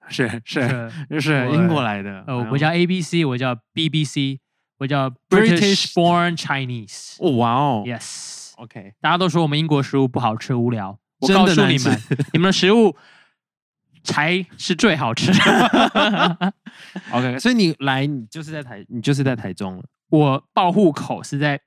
[SPEAKER 1] 是是
[SPEAKER 2] 呃
[SPEAKER 1] 是
[SPEAKER 2] 我
[SPEAKER 1] 英国来的。哎
[SPEAKER 2] 呃，我
[SPEAKER 1] 呦
[SPEAKER 2] 不叫 ABC，我叫 BBC，我叫
[SPEAKER 1] British-
[SPEAKER 2] British-born Chinese。
[SPEAKER 1] 哦，哇哦
[SPEAKER 2] Yes，
[SPEAKER 1] ，OK，
[SPEAKER 2] 大家都说我们英国食物不好吃、无聊，我
[SPEAKER 1] 真
[SPEAKER 2] 告
[SPEAKER 1] 的
[SPEAKER 2] 诉
[SPEAKER 1] 难
[SPEAKER 2] 你
[SPEAKER 1] 吃
[SPEAKER 2] 们，你们的食物才是最好吃的。
[SPEAKER 1] OK，所以你来，你就是在台，你就是在台中了。
[SPEAKER 2] 我报户口是在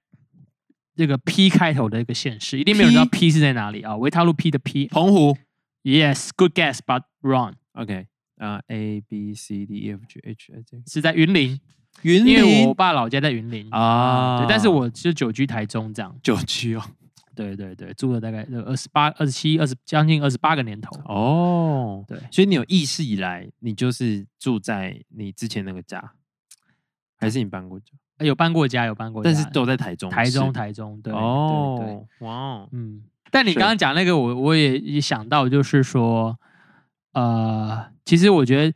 [SPEAKER 2] 这个 P 开头的一个县市，一定没有人知道 P 是在哪里啊？维他露 P 的 P。
[SPEAKER 1] 澎湖
[SPEAKER 2] Yes，good guess but wrong，
[SPEAKER 1] ，OK，啊，A B C D E F G H I J，
[SPEAKER 2] 是在云林，
[SPEAKER 1] 云
[SPEAKER 2] 因为我
[SPEAKER 1] 林
[SPEAKER 2] 爸老家在云林。
[SPEAKER 1] 啊
[SPEAKER 2] 对，但是我是久居台中这样，
[SPEAKER 1] 九区哦，
[SPEAKER 2] 对对对，住了大概二十八、二十七、二十将近二十八个年头，
[SPEAKER 1] 哦，
[SPEAKER 2] 对，
[SPEAKER 1] 所以你有意识以来，你就是住在你之前那个家，还是你搬过家？
[SPEAKER 2] 哎有搬过家，有搬过家，
[SPEAKER 1] 但是都在台中市，
[SPEAKER 2] 台中台中，对，对对
[SPEAKER 1] 哦，哇哦，
[SPEAKER 2] 嗯，但你
[SPEAKER 1] 是
[SPEAKER 2] 刚刚讲那个我，我也也想到，就是说，呃，其实我觉得，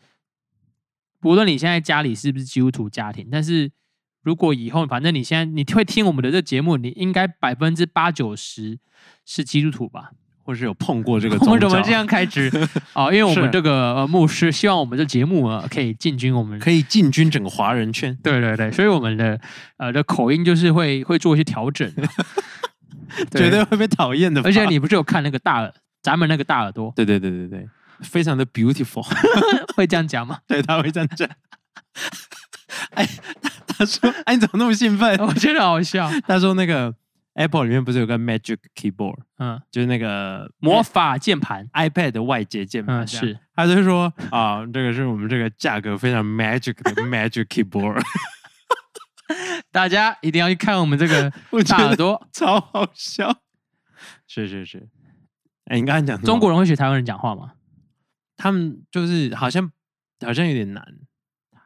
[SPEAKER 2] 不论你现在家里是不是基督徒家庭，但是如果以后，反正你现在你会听我们的这节目，你应该百分之八九十是基督徒吧？
[SPEAKER 1] 或是有碰过这 个宗
[SPEAKER 2] 我
[SPEAKER 1] 教？
[SPEAKER 2] 们怎么这样开支 啊、因为我
[SPEAKER 1] 是
[SPEAKER 2] 们这个、呃、牧师希望我们这节目呃可以进军我们。
[SPEAKER 1] 可以进军整个华人圈？
[SPEAKER 2] 对对对，所以我们的呃的口音就是会会做一些调整 啊、
[SPEAKER 1] 绝对会被讨厌的吧。
[SPEAKER 2] 而且你不是有看那个大耳，咱们那个大耳 朵
[SPEAKER 1] 对对对对对，非常的 beautiful，
[SPEAKER 2] 会这样讲吗？
[SPEAKER 1] 对他会这样讲。哎，他说：“哎，你怎么那么兴奋
[SPEAKER 2] 我觉得好笑，？”
[SPEAKER 1] 他说：“那个 Apple 里面不是有个 Magic Keyboard，
[SPEAKER 2] 嗯，
[SPEAKER 1] 就是那个
[SPEAKER 2] 魔法键盘，
[SPEAKER 1] iPad 的外接键盘
[SPEAKER 2] 嗯
[SPEAKER 1] 这样。
[SPEAKER 2] 是
[SPEAKER 1] 他就说：“啊，这个是我们这个价格非常 magic 的 Magic Keyboard，
[SPEAKER 2] 大家一定要去看我们这个
[SPEAKER 1] 我觉
[SPEAKER 2] 大
[SPEAKER 1] 得
[SPEAKER 2] 耳朵。
[SPEAKER 1] 超好笑。”是是是，哎，你刚才讲什么
[SPEAKER 2] 中国人会学台湾人讲话吗？
[SPEAKER 1] 他们就是好像好像有点难，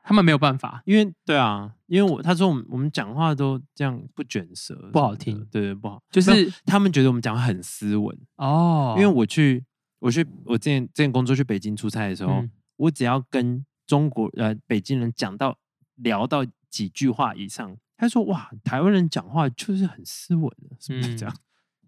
[SPEAKER 2] 他们没有办法，
[SPEAKER 1] 因为对啊，因为我他说我们我们讲话都这样不卷舌什么的，
[SPEAKER 2] 不好听
[SPEAKER 1] 对对不好，
[SPEAKER 2] 就
[SPEAKER 1] 没有
[SPEAKER 2] 是
[SPEAKER 1] 他们觉得我们讲话很斯文，
[SPEAKER 2] 哦，
[SPEAKER 1] 因为我去我去我之前之前工作去北京出差的时候，
[SPEAKER 2] 嗯
[SPEAKER 1] 我只要跟中国呃北京人讲到聊到几句话以上，他说哇，台湾人讲话就是很斯文的，是不是这
[SPEAKER 2] 嗯
[SPEAKER 1] 样？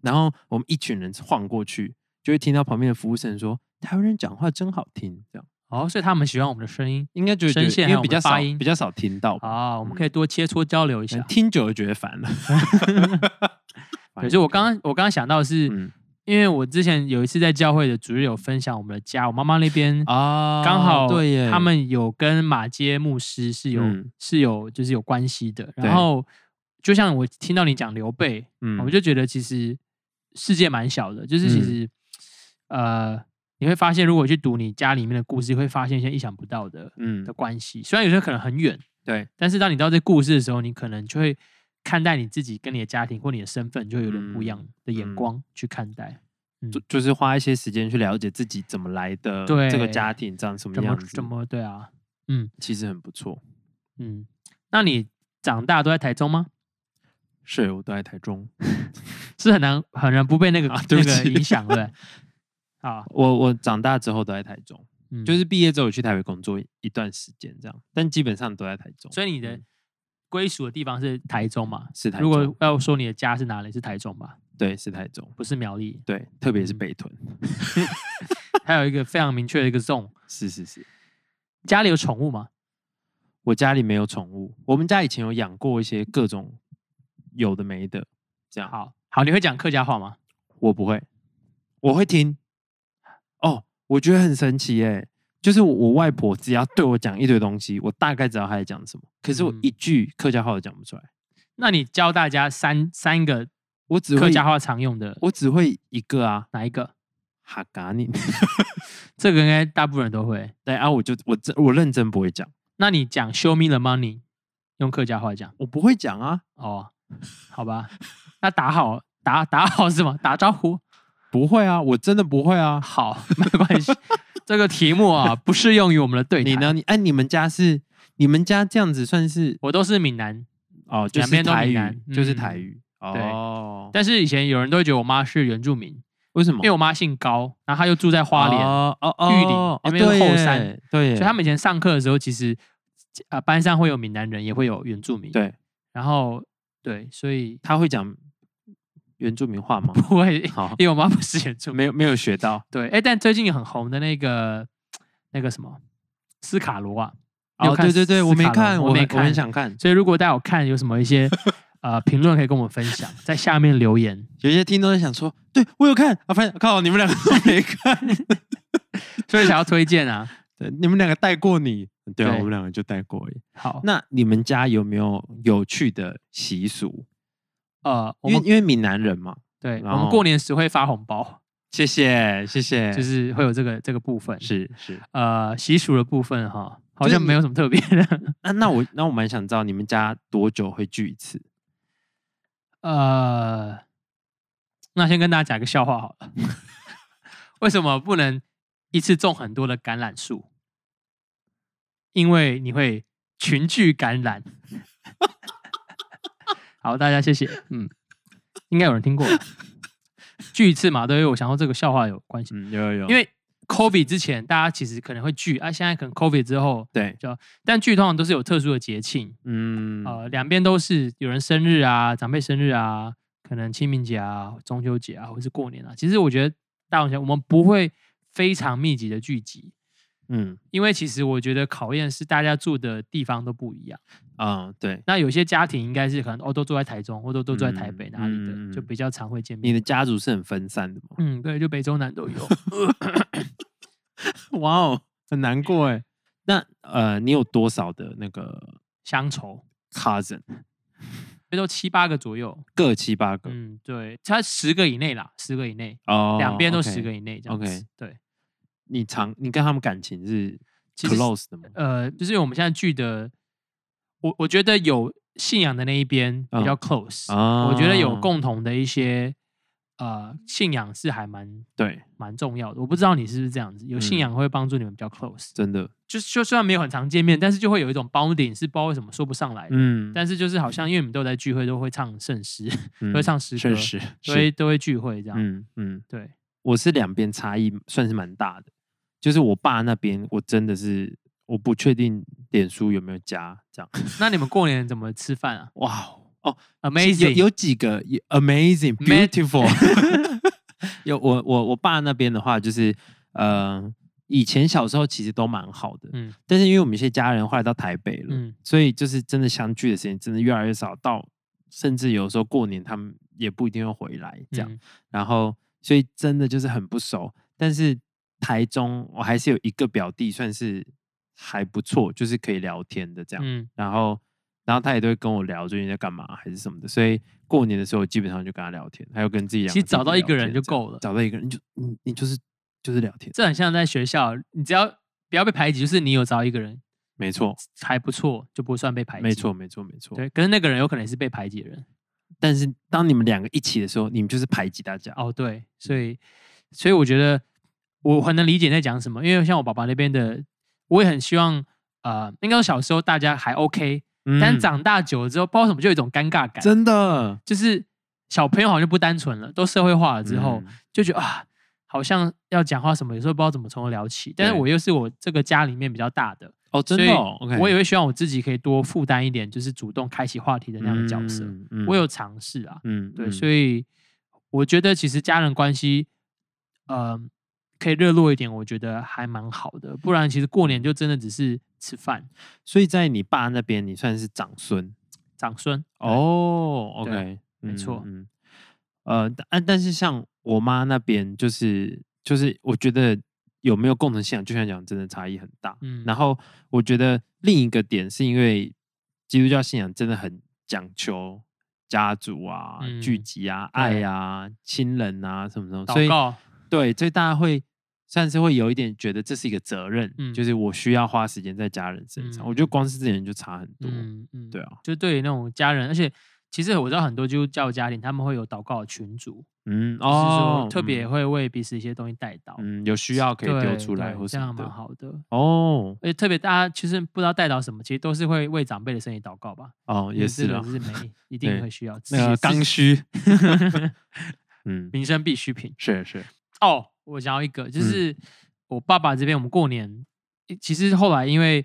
[SPEAKER 1] 然后我们一群人晃过去，就会听到旁边的服务生说台湾人讲话真好听，这样。
[SPEAKER 2] 哦，所以他们喜欢我们的声音
[SPEAKER 1] 应该就觉
[SPEAKER 2] 声
[SPEAKER 1] 得
[SPEAKER 2] 线
[SPEAKER 1] 因
[SPEAKER 2] 还有
[SPEAKER 1] 为比
[SPEAKER 2] 我们
[SPEAKER 1] 较
[SPEAKER 2] 的
[SPEAKER 1] 少
[SPEAKER 2] 发音啊
[SPEAKER 1] 比较少听到吧，
[SPEAKER 2] 哦，我们可以多切磋交流一下。
[SPEAKER 1] 听久了觉得烦 了。
[SPEAKER 2] 可是我刚刚我刚刚想到的是，
[SPEAKER 1] 嗯
[SPEAKER 2] 因为我之前有一次在教会的主日有分享我们的家，我妈妈那边
[SPEAKER 1] 啊
[SPEAKER 2] 刚好
[SPEAKER 1] 对耶，
[SPEAKER 2] 他们有跟马街牧师是有、
[SPEAKER 1] 嗯
[SPEAKER 2] 是有就是有关系的。
[SPEAKER 1] 对
[SPEAKER 2] 然后就像我听到你讲刘备，
[SPEAKER 1] 嗯
[SPEAKER 2] 我就觉得其实世界蛮小的，就是其
[SPEAKER 1] 嗯
[SPEAKER 2] 实、呃你会发现，如果去读你家里面的故事，会发现一些意想不到的
[SPEAKER 1] 嗯
[SPEAKER 2] 的关系。虽然有时候可能很远，
[SPEAKER 1] 对
[SPEAKER 2] 但是当你到这故事的时候，你可能就会看待你自己跟你的家庭或你的身份，就会有点不一样的
[SPEAKER 1] 嗯
[SPEAKER 2] 眼光去看待。
[SPEAKER 1] 就就是花一些时间去了解自己怎么来的，
[SPEAKER 2] 对
[SPEAKER 1] 这个家庭长什么
[SPEAKER 2] 怎
[SPEAKER 1] 样
[SPEAKER 2] 么
[SPEAKER 1] 子，
[SPEAKER 2] 怎么对啊？
[SPEAKER 1] 其实很不错。
[SPEAKER 2] 嗯，那你长大都在台中吗？
[SPEAKER 1] 是我都在台中。
[SPEAKER 2] 是很难很难不被那个、
[SPEAKER 1] 啊对
[SPEAKER 2] 那
[SPEAKER 1] 不
[SPEAKER 2] 个
[SPEAKER 1] 起
[SPEAKER 2] 影响，对不对？啊，
[SPEAKER 1] 我我长大之后都在台中，
[SPEAKER 2] 嗯
[SPEAKER 1] 就是毕业之后有去台北工作一段时间这样，但基本上都在台中。
[SPEAKER 2] 所以你的
[SPEAKER 1] 嗯
[SPEAKER 2] 归属的地方是台中嘛？
[SPEAKER 1] 是台
[SPEAKER 2] 如果
[SPEAKER 1] 中
[SPEAKER 2] 要说你的家是哪里，是台中吧？
[SPEAKER 1] 对是台中，
[SPEAKER 2] 不是苗栗，
[SPEAKER 1] 对，特别是
[SPEAKER 2] 嗯
[SPEAKER 1] 北屯，
[SPEAKER 2] 还有一个非常明确的一个 zone。
[SPEAKER 1] 是是是。
[SPEAKER 2] 家里有宠物吗？
[SPEAKER 1] 我家里没有宠物，我们家以前有养过一些各种有的没的，这样。
[SPEAKER 2] 好好，你会讲客家话吗？
[SPEAKER 1] 我不会，我会听。哦，我觉得很神奇耶、就是我外婆只要对我讲一堆东西，我大概知道她在讲什么，可是我
[SPEAKER 2] 嗯
[SPEAKER 1] 一句客家话都讲不出来，
[SPEAKER 2] 那你教大家三三个
[SPEAKER 1] 我只
[SPEAKER 2] 客
[SPEAKER 1] 会
[SPEAKER 2] 家话常用的
[SPEAKER 1] 我只会一个啊，
[SPEAKER 2] 哪一个？
[SPEAKER 1] 哈嘎你。
[SPEAKER 2] 这个应该大部分人都会。
[SPEAKER 1] 对啊，我就我真我认真不会讲，
[SPEAKER 2] 那你讲 “show me the money”，用客家话讲
[SPEAKER 1] 我不会讲啊，
[SPEAKER 2] 哦，好吧？那打好打打好是什么？打招呼。
[SPEAKER 1] 不会啊，我真的不会啊。
[SPEAKER 2] 好，没关系。 这个题目啊，不适用于我们的对谈。
[SPEAKER 1] 你呢？？你哎、你们家是你们家这样子算是
[SPEAKER 2] 我都是闽南，
[SPEAKER 1] 哦，就
[SPEAKER 2] 两
[SPEAKER 1] 是
[SPEAKER 2] 边都
[SPEAKER 1] 台
[SPEAKER 2] 闽
[SPEAKER 1] 语
[SPEAKER 2] 南，
[SPEAKER 1] 就是
[SPEAKER 2] 嗯
[SPEAKER 1] 台语。
[SPEAKER 2] 对
[SPEAKER 1] 哦，
[SPEAKER 2] 但是以前有人都会觉得我妈是原住民，
[SPEAKER 1] 为什么
[SPEAKER 2] 因为我妈姓高，然后她又住在花莲，
[SPEAKER 1] 哦哦哦，
[SPEAKER 2] 玉里
[SPEAKER 1] 哦
[SPEAKER 2] 那边是
[SPEAKER 1] 对
[SPEAKER 2] 后
[SPEAKER 1] 耶
[SPEAKER 2] 山，
[SPEAKER 1] 对耶，
[SPEAKER 2] 所以他们以前上课的时候，其实啊、呃班上会有闽南人，也会有原住民。，
[SPEAKER 1] 对
[SPEAKER 2] 然后对，所以 ？
[SPEAKER 1] 他会讲原住民话吗
[SPEAKER 2] 不会，
[SPEAKER 1] 好，
[SPEAKER 2] 因为我妈不是原住民。
[SPEAKER 1] 没有没有学到，
[SPEAKER 2] 对，哎，但最近很红的那个那个什么斯卡罗啊，你有
[SPEAKER 1] 哦，
[SPEAKER 2] 看
[SPEAKER 1] 对对对，
[SPEAKER 2] 斯
[SPEAKER 1] 我没
[SPEAKER 2] 卡罗
[SPEAKER 1] 看，
[SPEAKER 2] 我
[SPEAKER 1] 我
[SPEAKER 2] 没
[SPEAKER 1] 很我
[SPEAKER 2] 看
[SPEAKER 1] 很想看。
[SPEAKER 2] 所以如果大家有看有什么一些呃评论可以跟我们分享，在下面留言。
[SPEAKER 1] 有些听众在想说，对我有看，啊，发现靠，你们两个都 没看，
[SPEAKER 2] 所以想要推荐啊。
[SPEAKER 1] 对，你们两个带过你，对啊，
[SPEAKER 2] 对
[SPEAKER 1] 我们两个就带过而已。
[SPEAKER 2] 好，
[SPEAKER 1] 那你们家有没有有趣的习俗？
[SPEAKER 2] 呃，我
[SPEAKER 1] 因为
[SPEAKER 2] 们
[SPEAKER 1] 因为闽南人嘛，
[SPEAKER 2] 对我
[SPEAKER 1] 然
[SPEAKER 2] 们
[SPEAKER 1] 后
[SPEAKER 2] 过年时会发红包，
[SPEAKER 1] 谢谢谢谢，
[SPEAKER 2] 就是会有这个这个部分。
[SPEAKER 1] 是是。
[SPEAKER 2] 呃，习俗的部分哈，
[SPEAKER 1] 就
[SPEAKER 2] 好
[SPEAKER 1] 是
[SPEAKER 2] 像没有
[SPEAKER 1] 你
[SPEAKER 2] 什么特别的。
[SPEAKER 1] 那那我那我蛮想知道你们家多久会聚一次？
[SPEAKER 2] 呃，那先跟大家讲个笑话好了。 为什么不能一次种很多的橄榄树？因为你会群聚感染。 好，大家谢谢。嗯，应该有人听过吧。聚一次嘛，对于我想说这个笑话有关系，
[SPEAKER 1] 嗯，有有有，
[SPEAKER 2] 因为 COVID 之前大家其实可能会聚，啊，现在可能 COVID 之后，
[SPEAKER 1] 对，
[SPEAKER 2] 但聚通常都是有特殊的节庆，
[SPEAKER 1] 嗯，
[SPEAKER 2] 呃，两边都是有人生日啊，长辈生日啊，可能清明节啊、中秋节啊，或是过年啊。其实我觉得大同小异，我们不会非常密集的聚集，
[SPEAKER 1] 嗯
[SPEAKER 2] 因为其实我觉得考验是大家住的地方都不一样。
[SPEAKER 1] 啊，对，
[SPEAKER 2] 那有些家庭应该是可能哦都住在台中，或都都住在台北
[SPEAKER 1] 嗯
[SPEAKER 2] 哪里的，
[SPEAKER 1] 嗯
[SPEAKER 2] 就比较常会见
[SPEAKER 1] 你
[SPEAKER 2] 面。
[SPEAKER 1] 的家族是很分散的 吗？
[SPEAKER 2] 嗯，对，就北中南都 有。
[SPEAKER 1] 哇哦，很难过
[SPEAKER 2] 欸
[SPEAKER 1] 哎。那呃，你有多少的那个
[SPEAKER 2] 乡愁
[SPEAKER 1] cousin？
[SPEAKER 2] 最多七八个左右。
[SPEAKER 1] 各七八个、
[SPEAKER 2] 嗯，对，它十个以内啦，十个以内，
[SPEAKER 1] 哦，
[SPEAKER 2] 两边都
[SPEAKER 1] OK
[SPEAKER 2] 十个。以内这样子。
[SPEAKER 1] OK
[SPEAKER 2] 对。
[SPEAKER 1] 你常你跟他们感情是
[SPEAKER 2] 其实是
[SPEAKER 1] close 的吗？
[SPEAKER 2] 呃，就是因为我们现在聚的，我我觉得有信仰的那一边比较
[SPEAKER 1] 嗯
[SPEAKER 2] close，、
[SPEAKER 1] 啊
[SPEAKER 2] 我觉得有共同的一些呃信仰是还蛮
[SPEAKER 1] 对，
[SPEAKER 2] 蛮重要的。我不知道你是不是这样子，有信
[SPEAKER 1] 嗯
[SPEAKER 2] 仰会帮助你们比较 close，、
[SPEAKER 1] 真的，
[SPEAKER 2] 就就虽然没有很常见面，但是就会有一种 bonding 是不知道为什么说不上来的。
[SPEAKER 1] 嗯，
[SPEAKER 2] 但是就是好像因为我们都有在聚会，都会唱圣诗，
[SPEAKER 1] 嗯
[SPEAKER 2] 都会唱诗歌，
[SPEAKER 1] 确实，是
[SPEAKER 2] 都会都会聚会这样。
[SPEAKER 1] 嗯嗯，
[SPEAKER 2] 对，
[SPEAKER 1] 我是两边差异算是蛮大的，就是我爸那边我真的是我不确定脸书有没有加这样，
[SPEAKER 2] 那你们过年怎么吃饭啊
[SPEAKER 1] 哇哦。
[SPEAKER 2] ？Amazing，
[SPEAKER 1] 有有几个有 amazing
[SPEAKER 2] Ma-
[SPEAKER 1] beautiful 有。我我我爸那边的话，就是呃，以前小时候其实都蛮好的，
[SPEAKER 2] 嗯
[SPEAKER 1] 但是因为我们一些家人后来到台北了，
[SPEAKER 2] 嗯
[SPEAKER 1] 所以就是真的相聚的时间真的越来越少，到甚至有时候过年他们也不一定会回来这样。
[SPEAKER 2] 嗯
[SPEAKER 1] 然后所以真的就是很不熟。但是台中我还是有一个表弟，算是还不错，就是可以聊天的这样。
[SPEAKER 2] 嗯
[SPEAKER 1] 然后然后他也都会跟我聊最近在干嘛还是什么的，所以过年的时候基本上就跟他聊天，还有跟自己两
[SPEAKER 2] 其
[SPEAKER 1] 个
[SPEAKER 2] 实找
[SPEAKER 1] 弟弟
[SPEAKER 2] 到一
[SPEAKER 1] 聊
[SPEAKER 2] 个人
[SPEAKER 1] 天
[SPEAKER 2] 就
[SPEAKER 1] 这样
[SPEAKER 2] 够了
[SPEAKER 1] 找到一个人你就你你就是就是聊天，
[SPEAKER 2] 这很像在学校，你只要不要被排挤，就是你有找一个人
[SPEAKER 1] 没错
[SPEAKER 2] 还不错，就不算被排挤。
[SPEAKER 1] 没错，没错没错。
[SPEAKER 2] 对。可是那个人有可能也是被排挤的人。
[SPEAKER 1] 但是当你们两个一起的时候，你们就是排挤大家。
[SPEAKER 2] 哦，对，所以所以我觉得我很能理解你在讲什么，因为像我爸爸那边的，我也很希望。呃，应该说小时候大家还 OK，
[SPEAKER 1] 嗯
[SPEAKER 2] 但长大久了之后，不知道为什么就有一种尴尬感，
[SPEAKER 1] 真的
[SPEAKER 2] 就是小朋友好像就不单纯了，都社会化了之后，
[SPEAKER 1] 嗯
[SPEAKER 2] 就觉得啊，好像要讲话什么，有时候不知道怎么从头聊起。但是
[SPEAKER 1] 对
[SPEAKER 2] 我又是我这个家里面比较大的，
[SPEAKER 1] 哦，真
[SPEAKER 2] 所以
[SPEAKER 1] 的哦，OK，
[SPEAKER 2] 我也会希望我自己可以多负担一点，就是主动开启话题的那样的角色。
[SPEAKER 1] 嗯嗯
[SPEAKER 2] 我有尝试啊，
[SPEAKER 1] 嗯，
[SPEAKER 2] 对，
[SPEAKER 1] 嗯
[SPEAKER 2] 所以我觉得其实家人关系，呃，可以热络一点，我觉得还蛮好的。不然其实过年就真的只是吃饭、
[SPEAKER 1] 所以在你爸那边，你算是长孙
[SPEAKER 2] 长孙。
[SPEAKER 1] 哦
[SPEAKER 2] 对
[SPEAKER 1] ，OK，
[SPEAKER 2] 没
[SPEAKER 1] 嗯
[SPEAKER 2] 错
[SPEAKER 1] 嗯，呃，但但是像我妈那边，就是就是我觉得有没有共同信仰，就像讲，真的差异很大。
[SPEAKER 2] 嗯，
[SPEAKER 1] 然后我觉得另一个点是因为基督教信仰真的很讲求家族啊、聚
[SPEAKER 2] 嗯
[SPEAKER 1] 集啊、
[SPEAKER 2] 对
[SPEAKER 1] 爱啊、亲人啊什么什么，所
[SPEAKER 2] 祷
[SPEAKER 1] 以
[SPEAKER 2] 告，
[SPEAKER 1] 对，所以大家会算是会有一点觉得这是一个责任，
[SPEAKER 2] 嗯
[SPEAKER 1] 就是我需要花时间在家人身上。我觉得
[SPEAKER 2] 嗯
[SPEAKER 1] 光是这点就差很多，
[SPEAKER 2] 嗯嗯，
[SPEAKER 1] 对啊，
[SPEAKER 2] 就对于那种家人，而且其实我知道很多基督教家庭他们会有祷告的群组，
[SPEAKER 1] 嗯
[SPEAKER 2] 就是
[SPEAKER 1] 哦
[SPEAKER 2] 说，特别
[SPEAKER 1] 嗯
[SPEAKER 2] 会为彼此一些东西带到，
[SPEAKER 1] 嗯有需要可以丢
[SPEAKER 2] 对
[SPEAKER 1] 出来
[SPEAKER 2] 对
[SPEAKER 1] 或什
[SPEAKER 2] 这样
[SPEAKER 1] 么
[SPEAKER 2] 蛮
[SPEAKER 1] 的
[SPEAKER 2] 好的。
[SPEAKER 1] 哦
[SPEAKER 2] 而且特别大家其实不知道带到什么，其实都是会为长辈的身体祷告吧，
[SPEAKER 1] 哦
[SPEAKER 2] 因
[SPEAKER 1] 也
[SPEAKER 2] 为
[SPEAKER 1] 是
[SPEAKER 2] 这
[SPEAKER 1] 啦
[SPEAKER 2] 个，是每一
[SPEAKER 1] 对
[SPEAKER 2] 定会需要自己
[SPEAKER 1] 那个
[SPEAKER 2] 自
[SPEAKER 1] 刚
[SPEAKER 2] 己
[SPEAKER 1] 需，嗯，
[SPEAKER 2] 民生必需品。
[SPEAKER 1] 是是，
[SPEAKER 2] 哦，我想要一
[SPEAKER 1] 嗯
[SPEAKER 2] 个，就是我爸爸这边，我们过年其实后来因为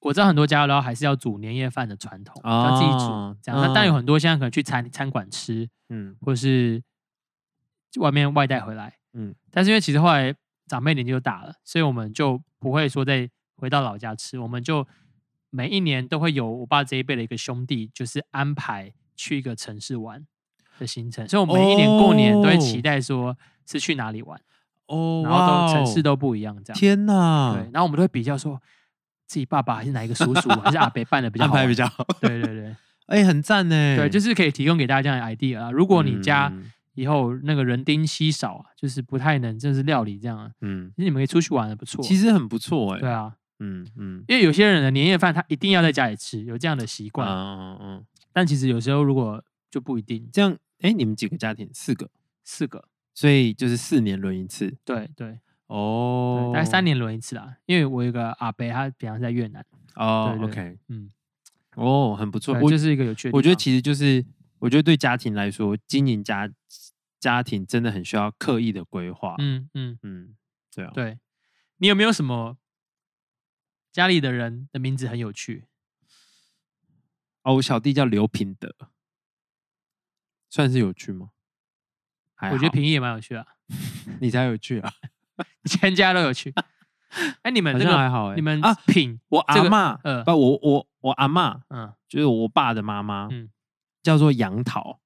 [SPEAKER 2] 我知道很多家都还是要煮年夜饭的传统，要自己
[SPEAKER 1] 哦
[SPEAKER 2] 煮这样。那、但有很多现在可能去餐餐馆吃，
[SPEAKER 1] 嗯
[SPEAKER 2] 或是外面外带回来，
[SPEAKER 1] 嗯
[SPEAKER 2] 嗯。但是因为其实后来长辈年纪就大了，所以我们就不会说再回到老家吃，我们就每一年都会有我爸这一辈的一个兄弟，就是安排去一个城市玩的行程，所以我每一年过年都会期
[SPEAKER 1] 哦
[SPEAKER 2] 待说是去哪里玩，
[SPEAKER 1] 哦，
[SPEAKER 2] 然后
[SPEAKER 1] 哇
[SPEAKER 2] 都城
[SPEAKER 1] 哦
[SPEAKER 2] 市都不一样这样。
[SPEAKER 1] 天
[SPEAKER 2] 对
[SPEAKER 1] 呐，，
[SPEAKER 2] 然后我们都会比较说自己爸爸还是哪一个叔叔还是阿伯办的比较
[SPEAKER 1] 安
[SPEAKER 2] 好
[SPEAKER 1] 排
[SPEAKER 2] 玩
[SPEAKER 1] 比较 好，
[SPEAKER 2] 对对 对
[SPEAKER 1] 哎、很赞呢。
[SPEAKER 2] 对，就是是可以提供给大家这样的 idea 啊。如果你家
[SPEAKER 1] 嗯
[SPEAKER 2] 以后那个人丁稀少啊，就是不太能就是料理这样啊。
[SPEAKER 1] 嗯，
[SPEAKER 2] 其实你们可以出去玩的不错。
[SPEAKER 1] 嗯其实很不错哎、
[SPEAKER 2] 对啊，
[SPEAKER 1] 嗯嗯，
[SPEAKER 2] 因为有些人的年夜饭他一定要在家里吃，有这样的习
[SPEAKER 1] 嗯
[SPEAKER 2] 惯。
[SPEAKER 1] 嗯嗯，
[SPEAKER 2] 但其实有时候如果就不一定，
[SPEAKER 1] 这样哎、你们几个家庭四个，
[SPEAKER 2] 四个，
[SPEAKER 1] 所以就是四年轮一次
[SPEAKER 2] 对对
[SPEAKER 1] 哦
[SPEAKER 2] 对，，大概三年轮一次啦。因为我有一个阿伯，他平常是在越南，
[SPEAKER 1] 哦
[SPEAKER 2] 对对
[SPEAKER 1] ，OK，
[SPEAKER 2] 嗯，
[SPEAKER 1] 哦，很不错，
[SPEAKER 2] 对
[SPEAKER 1] 我
[SPEAKER 2] 就是一个有趣的地方。
[SPEAKER 1] 我觉得其实就是我觉得对家庭来说，经营家家庭真的很需要刻意的规划，嗯
[SPEAKER 2] 嗯嗯，
[SPEAKER 1] 对啊，
[SPEAKER 2] 对，你有没有什么家里的人的名字很有趣？
[SPEAKER 1] 哦，我小弟叫刘品德，算是有趣吗？还
[SPEAKER 2] 我觉得
[SPEAKER 1] 好
[SPEAKER 2] 平易也蛮有趣的啊，
[SPEAKER 1] 你才有趣啊，
[SPEAKER 2] 全家都有 趣。哎，你们
[SPEAKER 1] 好
[SPEAKER 2] 这
[SPEAKER 1] 像还
[SPEAKER 2] 个
[SPEAKER 1] 好哎。
[SPEAKER 2] 你们
[SPEAKER 1] 啊，
[SPEAKER 2] 品，
[SPEAKER 1] 我
[SPEAKER 2] 这
[SPEAKER 1] 阿
[SPEAKER 2] 个
[SPEAKER 1] 妈，
[SPEAKER 2] 呃
[SPEAKER 1] 不，我我我阿妈
[SPEAKER 2] 嗯，
[SPEAKER 1] 就是我爸的妈妈，
[SPEAKER 2] 嗯
[SPEAKER 1] 叫做杨桃，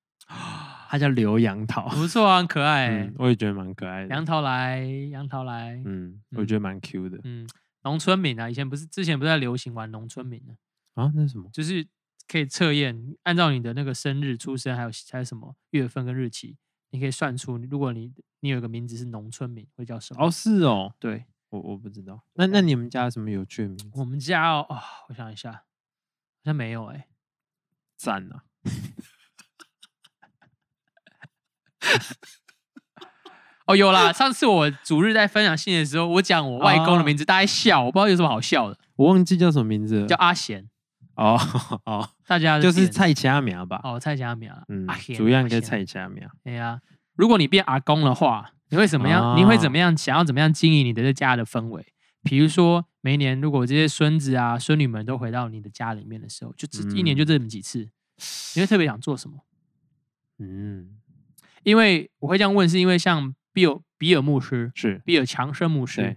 [SPEAKER 1] 她叫刘杨桃，
[SPEAKER 2] 不错啊，很可爱欸
[SPEAKER 1] 嗯，。我也觉得蛮可爱的。
[SPEAKER 2] 杨桃来，杨桃来，
[SPEAKER 1] 嗯，我
[SPEAKER 2] 嗯
[SPEAKER 1] 觉得蛮 Q 的
[SPEAKER 2] 嗯，农村民啊，以前不是之前不是在流行玩农村民呢、
[SPEAKER 1] 啊，那是什么？
[SPEAKER 2] 就是可以测验，按照你的那个生日、出生还有还有什么月份跟日期，你可以算出，如果你你有一个名字是农村民，会叫什么？
[SPEAKER 1] 哦，是哦，
[SPEAKER 2] 对，啊
[SPEAKER 1] 我我不知道。那那你们家有什么有趣的名字？
[SPEAKER 2] 我们家哦，哦我想一下，好像没有哎、
[SPEAKER 1] 赞啊！
[SPEAKER 2] 哦，有 啦，上次我主日在分享信的时候，我讲我外公的
[SPEAKER 1] 哦
[SPEAKER 2] 名字，大家笑，我不知道有什么好笑的，
[SPEAKER 1] 我忘记叫什么名字了，
[SPEAKER 2] 叫阿贤，
[SPEAKER 1] 哦哦，
[SPEAKER 2] 大家
[SPEAKER 1] 就是
[SPEAKER 2] 点
[SPEAKER 1] 蔡家苗吧？
[SPEAKER 2] 哦，蔡家苗啦，
[SPEAKER 1] 嗯
[SPEAKER 2] 阿，贤，
[SPEAKER 1] 主要
[SPEAKER 2] 阿
[SPEAKER 1] 应该
[SPEAKER 2] 贤
[SPEAKER 1] 蔡家苗。
[SPEAKER 2] 对哎呀、如果你变阿公的话，你会怎么
[SPEAKER 1] 哦
[SPEAKER 2] 样？你会怎么样？想要怎么样经营你的这家的氛围？比如说，每一年如果这些孙子啊、孙女们都回到你的家里面的时候，就只一年就这么几次，你会特别想做什么？
[SPEAKER 1] 嗯，
[SPEAKER 2] 因为我会这样问，是因为像比尔比尔牧师、
[SPEAKER 1] 是
[SPEAKER 2] 比尔强生牧师
[SPEAKER 1] 对，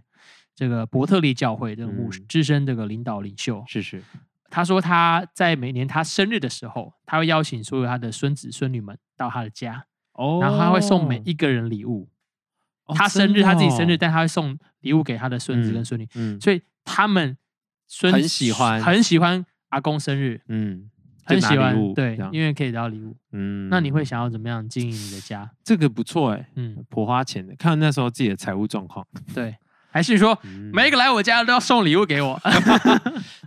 [SPEAKER 2] 这个伯特利教会这个牧师
[SPEAKER 1] 嗯
[SPEAKER 2] 资深这个领导领袖，
[SPEAKER 1] 是是，
[SPEAKER 2] 他说他在每年他生日的时候，他会邀请所有他的孙子孙女们到他的家，
[SPEAKER 1] 哦
[SPEAKER 2] 然后他会送每一个人礼
[SPEAKER 1] 哦
[SPEAKER 2] 物。他生日，他自己生
[SPEAKER 1] 真
[SPEAKER 2] 日，，
[SPEAKER 1] 的哦
[SPEAKER 2] 但他会送礼物给他的孙子
[SPEAKER 1] 嗯
[SPEAKER 2] 跟孙女，
[SPEAKER 1] 嗯
[SPEAKER 2] 所以他们孙
[SPEAKER 1] 很喜欢
[SPEAKER 2] 很喜欢阿公生日，
[SPEAKER 1] 嗯，就
[SPEAKER 2] 很
[SPEAKER 1] 拿
[SPEAKER 2] 喜欢
[SPEAKER 1] 礼物，
[SPEAKER 2] 对
[SPEAKER 1] 这样，
[SPEAKER 2] 因为可以得到礼物。
[SPEAKER 1] 嗯
[SPEAKER 2] 那你会想要怎么样经营你的家？
[SPEAKER 1] 这个不错哎，
[SPEAKER 2] 嗯，
[SPEAKER 1] 颇花钱的，看那时候自己的财务状况。
[SPEAKER 2] 对，还是说
[SPEAKER 1] 嗯
[SPEAKER 2] 每一个来我家都要送礼物 给我？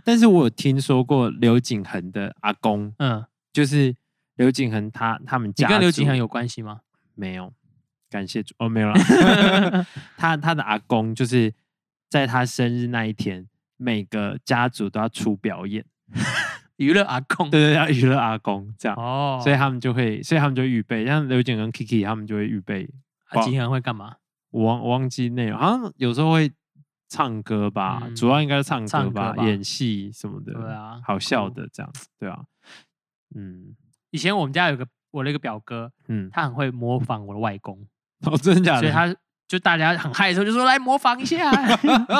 [SPEAKER 1] 但是我有听说过刘景恒的阿公，
[SPEAKER 2] 嗯，
[SPEAKER 1] 就是刘景恒他他们
[SPEAKER 2] 你
[SPEAKER 1] 家
[SPEAKER 2] 跟刘
[SPEAKER 1] 族
[SPEAKER 2] 景恒有关 系吗？
[SPEAKER 1] 没有？感谢主 哦，没有啦。他他的阿公就是在他生日那一天，每个家族都要出表演，
[SPEAKER 2] 娱乐阿公
[SPEAKER 1] 对对，要娱乐阿公这样，
[SPEAKER 2] 哦，
[SPEAKER 1] 所以他们就会，所以他们就预备，像刘景跟 Kiki 他们就会预备，
[SPEAKER 2] 阿吉很会干嘛？
[SPEAKER 1] 我忘我忘记内容，好像有时候会唱歌吧，
[SPEAKER 2] 嗯
[SPEAKER 1] 主要应该是唱歌吧，
[SPEAKER 2] 唱歌吧
[SPEAKER 1] 演戏什么的，
[SPEAKER 2] 对啊
[SPEAKER 1] 好笑
[SPEAKER 2] 酷
[SPEAKER 1] 的这样，对啊，嗯
[SPEAKER 2] 以前我们家有个我的一个表哥，
[SPEAKER 1] 嗯，
[SPEAKER 2] 他很会模仿我的外公，
[SPEAKER 1] 哦，真的假的？
[SPEAKER 2] 所以他就大家很嗨的时候就说来模仿一下，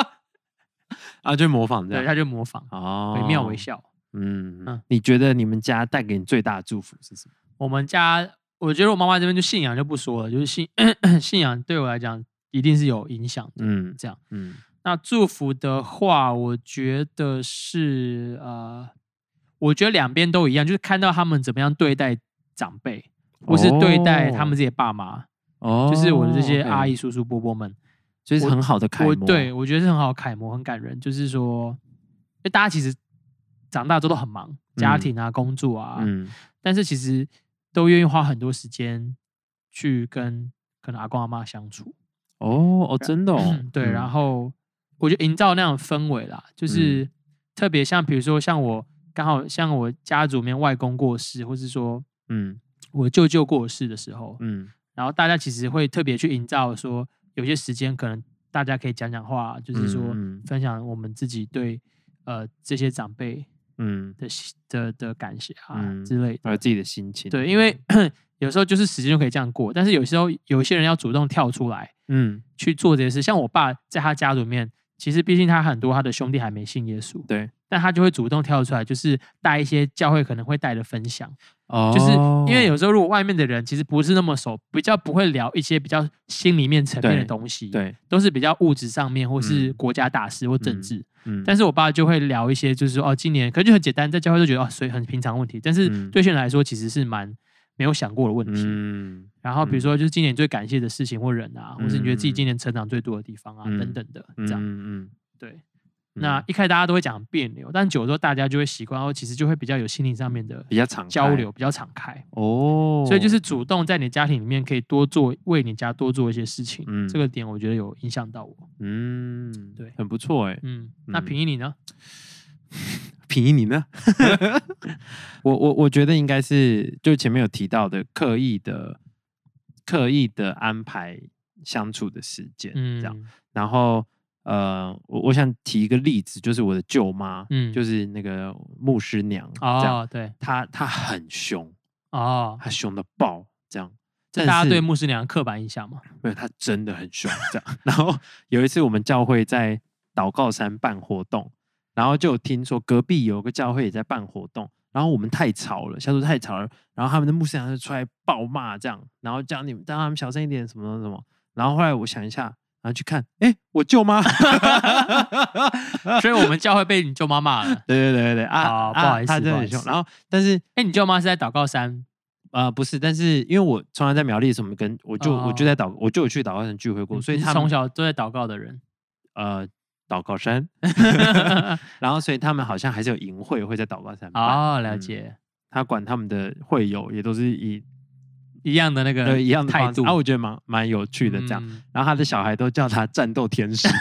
[SPEAKER 1] 啊，就模仿这
[SPEAKER 2] 对，
[SPEAKER 1] 样，
[SPEAKER 2] 他就模仿，
[SPEAKER 1] 哦，
[SPEAKER 2] 惟妙惟，肖。
[SPEAKER 1] 嗯
[SPEAKER 2] 嗯，
[SPEAKER 1] 你觉得你们家带给你最大的祝福是什么？
[SPEAKER 2] 我们家，我觉得我妈妈这边就信仰就不说了，就是信 信仰对我来讲一定是有影响的。
[SPEAKER 1] 嗯
[SPEAKER 2] 这样，
[SPEAKER 1] 嗯
[SPEAKER 2] 那祝福的话，我觉得是呃，我觉得两边都一样，就是看到他们怎么样对待长辈，或是对待他们自己的爸妈，
[SPEAKER 1] 哦
[SPEAKER 2] 就是我的这些阿
[SPEAKER 1] 姨，
[SPEAKER 2] 姨、叔叔、伯伯们，
[SPEAKER 1] 就是
[SPEAKER 2] 我
[SPEAKER 1] 很好的楷
[SPEAKER 2] 我
[SPEAKER 1] 模，
[SPEAKER 2] 对我觉得是很好的楷模，很感人。就是说，因为大家其实长大之后都很忙，家
[SPEAKER 1] 嗯
[SPEAKER 2] 庭啊、工作啊，
[SPEAKER 1] 嗯
[SPEAKER 2] 但是其实都愿意花很多时间去跟可能阿公阿妈相处。，
[SPEAKER 1] 哦哦，真的哦
[SPEAKER 2] 对，然
[SPEAKER 1] 嗯
[SPEAKER 2] 后我觉得营造那种氛围啦，就是特别像比如说像我刚好像我家族里面外公过世，或是说
[SPEAKER 1] 嗯
[SPEAKER 2] 我舅舅过世的时候，
[SPEAKER 1] 嗯
[SPEAKER 2] 然后大家其实会特别去营造说，有些时间可能大家可以讲讲话，就是说
[SPEAKER 1] 嗯嗯
[SPEAKER 2] 分享我们自己对呃这些长辈
[SPEAKER 1] 嗯，
[SPEAKER 2] 的喜的的感谢啊、
[SPEAKER 1] 嗯
[SPEAKER 2] 之类
[SPEAKER 1] 还有
[SPEAKER 2] 的。
[SPEAKER 1] 自己的心情，
[SPEAKER 2] 对，因为 有时候就是时间就可以这样过，但是有时候有些人要主动跳出来，
[SPEAKER 1] 嗯
[SPEAKER 2] 去做这些事。像我爸在他家族里面，其实毕竟他很多他的兄弟还没信耶稣，
[SPEAKER 1] 对，
[SPEAKER 2] 但他就会主动跳出来，就是带一些教会可能会带的分享。
[SPEAKER 1] 哦，
[SPEAKER 2] 就是因为有时候如果外面的人其实不是那么熟，比较不会聊一些比较心里面层面的
[SPEAKER 1] 对
[SPEAKER 2] 东西，，
[SPEAKER 1] 对，
[SPEAKER 2] 都是比较物质上面或是
[SPEAKER 1] 嗯
[SPEAKER 2] 国家大事或政
[SPEAKER 1] 嗯
[SPEAKER 2] 治。
[SPEAKER 1] 嗯，
[SPEAKER 2] 但是我爸就会聊一些，就是说哦，今年可能就很简单，在教会都觉得哦，所以很平常的问题，但是
[SPEAKER 1] 嗯
[SPEAKER 2] 对现在来说其实是蛮没有想过的问题。
[SPEAKER 1] 嗯
[SPEAKER 2] 然后比如
[SPEAKER 1] 嗯
[SPEAKER 2] 说就是今年最感谢的事情或人啊，或是你觉得自己今年成长最多的地方啊、
[SPEAKER 1] 嗯
[SPEAKER 2] 等等的，
[SPEAKER 1] 嗯
[SPEAKER 2] 这样、
[SPEAKER 1] 嗯，
[SPEAKER 2] 对。那一开始大家都会讲别扭，但久了之后大家就会习惯，然后哦其实就会比较有心灵上面的
[SPEAKER 1] 比较常
[SPEAKER 2] 交流，比较敞开。
[SPEAKER 1] 哦，
[SPEAKER 2] 所以就是主动在你家庭里面可以多做为你家多做一些事情，
[SPEAKER 1] 嗯
[SPEAKER 2] 这个点我觉得有影响到我。
[SPEAKER 1] 嗯，
[SPEAKER 2] 对
[SPEAKER 1] 很不错哎。
[SPEAKER 2] 嗯，那
[SPEAKER 1] 嗯
[SPEAKER 2] 平一你呢？
[SPEAKER 1] 平一你呢？ 我我我觉得应该是就前面有提到的刻意的刻意的安排相处的时间，
[SPEAKER 2] 嗯，
[SPEAKER 1] 这样。然后呃，我我想提一个例子，就是我的舅妈，
[SPEAKER 2] 嗯
[SPEAKER 1] 就是那个牧师娘，这样，
[SPEAKER 2] 哦，对，
[SPEAKER 1] 她她很凶，
[SPEAKER 2] 哦，
[SPEAKER 1] 她凶的爆，这样。
[SPEAKER 2] 这
[SPEAKER 1] 但
[SPEAKER 2] 大家
[SPEAKER 1] 是
[SPEAKER 2] 对牧师娘的刻板印象嘛？
[SPEAKER 1] 没有，他真的很凶这样。 然后有一次我们教会在祷告山办活动，然后就有听说隔壁有个教会也在办活动，然后我们太吵了，小组太吵了，然后他们的牧师娘就出来暴骂这样，然后叫你们让他们小声一点什么什么什么。然后后来我想一下，然后去看，哎，我舅妈。
[SPEAKER 2] 所以我们教会被你舅妈骂了。
[SPEAKER 1] 对对对对对啊
[SPEAKER 2] 好
[SPEAKER 1] 啊
[SPEAKER 2] 哦不好意
[SPEAKER 1] 他
[SPEAKER 2] 思
[SPEAKER 1] 真的
[SPEAKER 2] 不好
[SPEAKER 1] 很
[SPEAKER 2] 意
[SPEAKER 1] 凶。
[SPEAKER 2] 思
[SPEAKER 1] 然后，但是
[SPEAKER 2] 哎、你舅妈是在祷告山
[SPEAKER 1] 呃，不是，但是因为我从来在苗栗的时候，我们跟我就、我就在
[SPEAKER 2] 哦
[SPEAKER 1] 祷，我就有去祷告山聚会过，
[SPEAKER 2] 你
[SPEAKER 1] 所以
[SPEAKER 2] 嗯你是
[SPEAKER 1] 他们
[SPEAKER 2] 从小都在祷告的 人。
[SPEAKER 1] 呃祷告 山，然后所以他们好像还是有营会会在祷告山办
[SPEAKER 2] 哦，了
[SPEAKER 1] 嗯
[SPEAKER 2] 解，
[SPEAKER 1] 他管他们的会友也都是以
[SPEAKER 2] 一样的那个
[SPEAKER 1] 对一样的
[SPEAKER 2] 呃态
[SPEAKER 1] 方式
[SPEAKER 2] 度，
[SPEAKER 1] 啊，我觉得蛮蛮有趣的这样。
[SPEAKER 2] 嗯
[SPEAKER 1] 然后他的小孩都叫他战斗天使，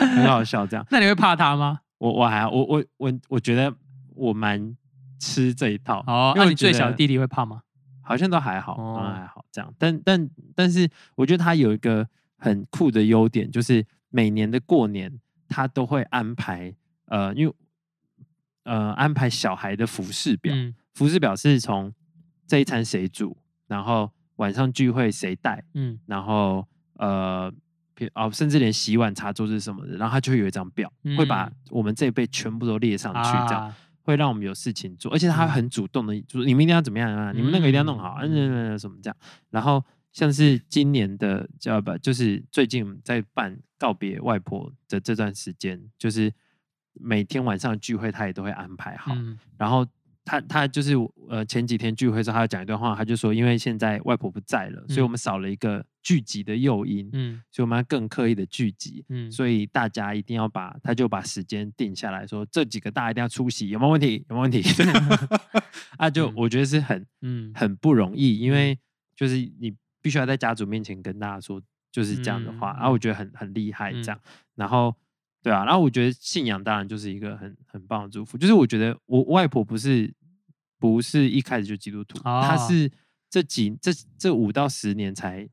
[SPEAKER 1] 很好笑这样。
[SPEAKER 2] 那你会怕他吗？
[SPEAKER 1] 我我还好我我我我觉得我蛮吃这一套
[SPEAKER 2] 哦，
[SPEAKER 1] 因
[SPEAKER 2] 那、
[SPEAKER 1] 为我
[SPEAKER 2] 你最
[SPEAKER 1] 觉
[SPEAKER 2] 小的
[SPEAKER 1] 得
[SPEAKER 2] 弟弟会怕吗？
[SPEAKER 1] 好像都还好，都
[SPEAKER 2] 哦
[SPEAKER 1] 还好这样。但但但是，我觉得他有一个很酷的优点，就是每年的过年，他都会安排呃，因为呃安排小孩的服饰表，
[SPEAKER 2] 嗯
[SPEAKER 1] 服饰表是从这一餐谁煮，然后晚上聚会谁带，
[SPEAKER 2] 嗯
[SPEAKER 1] 然后呃。譬哦，甚至连洗碗、擦桌子什么的，然后他就会有一张表，会把
[SPEAKER 2] 嗯
[SPEAKER 1] 我们这一辈全部都列上去，这样。
[SPEAKER 2] 啊
[SPEAKER 1] 会让我们有事情做，而且他
[SPEAKER 2] 嗯
[SPEAKER 1] 很主动的，就是你们一定要怎么样啊，你们那个一定要弄好，啊，
[SPEAKER 2] 嗯
[SPEAKER 1] 那什么这样。然后像是今年的叫不，就是最近在办告别外婆的这段时间，就是每天晚上的聚会他也都会安排好，
[SPEAKER 2] 嗯
[SPEAKER 1] 然后。他他就是呃前几天聚会的时候，他讲一段话，他就说，因为现在外婆不在了，所以我
[SPEAKER 2] 嗯
[SPEAKER 1] 们少了一个聚集的诱因，
[SPEAKER 2] 嗯
[SPEAKER 1] 所以我们要更刻意的聚集。
[SPEAKER 2] 嗯，
[SPEAKER 1] 所以大家一定要把，他就把时间定下来说，这几个大家一定要出席，有没有问题？有没有问题？ 啊，就
[SPEAKER 2] 嗯
[SPEAKER 1] 我觉得是很
[SPEAKER 2] 嗯
[SPEAKER 1] 很不容易，因为就是你必须要在家族面前跟大家说，就是这样的话，
[SPEAKER 2] 嗯
[SPEAKER 1] 然后、我觉得很很厉害这
[SPEAKER 2] 嗯
[SPEAKER 1] 样，然后对啊，然后我觉得信仰当然就是一个很很棒的祝福，就是我觉得我我外婆不是不是一开始就基督徒，她
[SPEAKER 2] 啊
[SPEAKER 1] 是这几这这五到十年才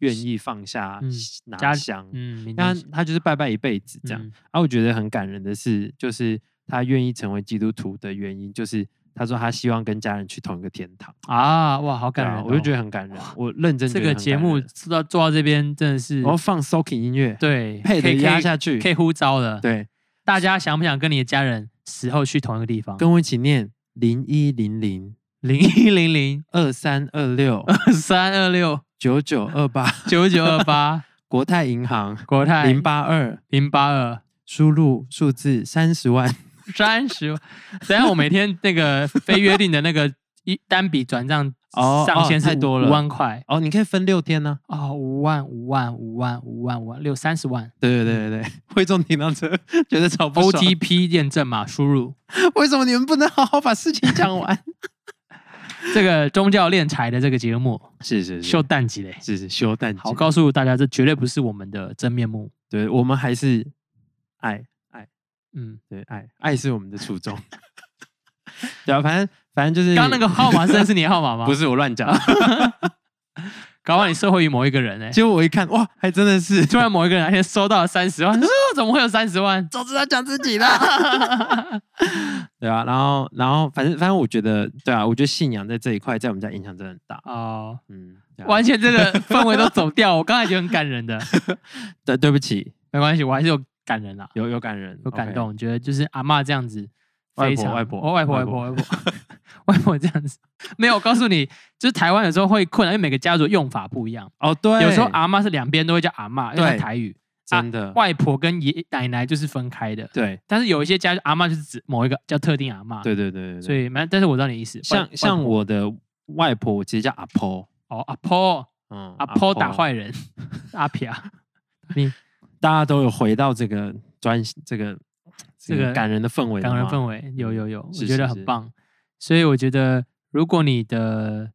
[SPEAKER 1] 愿意放下、
[SPEAKER 2] 嗯
[SPEAKER 1] 拿
[SPEAKER 2] 家
[SPEAKER 1] 香，
[SPEAKER 2] 嗯，明
[SPEAKER 1] 那
[SPEAKER 2] 天是
[SPEAKER 1] 她就是拜拜一辈子这样，
[SPEAKER 2] 嗯
[SPEAKER 1] 啊，我觉得很感人的是，就是他愿意成为基督徒的原因，就是他说他希望跟家人去同一个天堂。
[SPEAKER 2] 啊，哇，好感
[SPEAKER 1] 对
[SPEAKER 2] 人
[SPEAKER 1] 啊
[SPEAKER 2] 哦，
[SPEAKER 1] 我就觉得很感人，我认真觉得
[SPEAKER 2] 这个
[SPEAKER 1] 很
[SPEAKER 2] 节
[SPEAKER 1] 感
[SPEAKER 2] 目
[SPEAKER 1] 人
[SPEAKER 2] 做到做到这边真的是
[SPEAKER 1] 我要放 soaking 音乐，
[SPEAKER 2] 对，
[SPEAKER 1] 配
[SPEAKER 2] 可
[SPEAKER 1] 的
[SPEAKER 2] 以
[SPEAKER 1] 压下去，
[SPEAKER 2] 可以呼召的。，
[SPEAKER 1] 对，
[SPEAKER 2] 大家想不想跟你的家人死后去同一个地方？
[SPEAKER 1] 跟我一起念零一零零
[SPEAKER 2] 零一零 零
[SPEAKER 1] 二三二 六
[SPEAKER 2] 三二六
[SPEAKER 1] 九九二八
[SPEAKER 2] 九九二八
[SPEAKER 1] 国泰银行
[SPEAKER 2] 国泰
[SPEAKER 1] 零八二，
[SPEAKER 2] 零八二
[SPEAKER 1] 输入数字三十万，
[SPEAKER 2] 三十。等一下我每天那个非约定的那个一单笔转账
[SPEAKER 1] 哦
[SPEAKER 2] 上限
[SPEAKER 1] 哦
[SPEAKER 2] 是
[SPEAKER 1] 太多了
[SPEAKER 2] 五万块
[SPEAKER 1] 哦，你可以分六天呢、
[SPEAKER 2] 哦，五万五万五万五万五万六三十万。
[SPEAKER 1] 对对对对对， 会众听到这觉得超不爽
[SPEAKER 2] OTP 验证码输入，
[SPEAKER 1] 为什么你们不能好好把事情讲完？
[SPEAKER 2] 这个宗教练财的这个节目，
[SPEAKER 1] 是是是
[SPEAKER 2] 秀蛋级嘞。
[SPEAKER 1] 是是修蛋
[SPEAKER 2] 好，
[SPEAKER 1] 节
[SPEAKER 2] 告诉大家，这绝对不是我们的真面目。
[SPEAKER 1] 对我们还是爱爱，
[SPEAKER 2] 嗯，
[SPEAKER 1] 对爱爱是我们的初衷。 对啊，反正反正就是
[SPEAKER 2] 刚刚那个啊号码真的是你的号 码吗？
[SPEAKER 1] 不，是我乱讲，
[SPEAKER 2] 搞不好你受惠于某一个人哎、
[SPEAKER 1] 结果我一看哇，还真的 是，
[SPEAKER 2] 突然某一个人先收到了三十万，说哦怎么会有三十万？
[SPEAKER 1] 总是要讲自己的，对啊，然后然后反正反正我觉得对啊，我觉得信仰在这一块在我们家影响真的很大，
[SPEAKER 2] 哦，
[SPEAKER 1] 嗯，对啊
[SPEAKER 2] 完全这个氛围都走掉，我刚才觉得很感人的，
[SPEAKER 1] 对对不起，
[SPEAKER 2] 没关系，我还是有感人啦，
[SPEAKER 1] 有有感人，
[SPEAKER 2] 有感
[SPEAKER 1] OK
[SPEAKER 2] 动，觉得就是阿嬷这样子，
[SPEAKER 1] 外
[SPEAKER 2] 非
[SPEAKER 1] 婆
[SPEAKER 2] 常
[SPEAKER 1] 外婆
[SPEAKER 2] 哦外婆
[SPEAKER 1] 外
[SPEAKER 2] 外婆外婆 外婆这样子，没有，我告诉你，就是台湾有时候会困难，因为每个家族用法不一样，
[SPEAKER 1] 哦，对，
[SPEAKER 2] 有时候阿嬷是两边都会叫阿嬷，因为
[SPEAKER 1] 对
[SPEAKER 2] 她台语，
[SPEAKER 1] 真的、
[SPEAKER 2] 外婆跟爷奶奶就是分开的，
[SPEAKER 1] 对
[SPEAKER 2] 但是有一些家阿嬷就是指某一个叫特定阿嬷，
[SPEAKER 1] 对对对对对，
[SPEAKER 2] 所以蛮，但是我知道你的意思，外
[SPEAKER 1] 像像
[SPEAKER 2] 外婆
[SPEAKER 1] 我的外婆，我直接叫阿婆，
[SPEAKER 2] 哦，阿婆
[SPEAKER 1] 嗯，
[SPEAKER 2] 阿婆打坏人，阿撇啊你
[SPEAKER 1] 大家都有回到这个专这个这
[SPEAKER 2] 这
[SPEAKER 1] 个
[SPEAKER 2] 个
[SPEAKER 1] 感人的氛围了
[SPEAKER 2] 感
[SPEAKER 1] 吗，嗯
[SPEAKER 2] 人氛围有有有，我
[SPEAKER 1] 是
[SPEAKER 2] 觉得
[SPEAKER 1] 是
[SPEAKER 2] 很
[SPEAKER 1] 是
[SPEAKER 2] 棒。所以我觉得，如果你的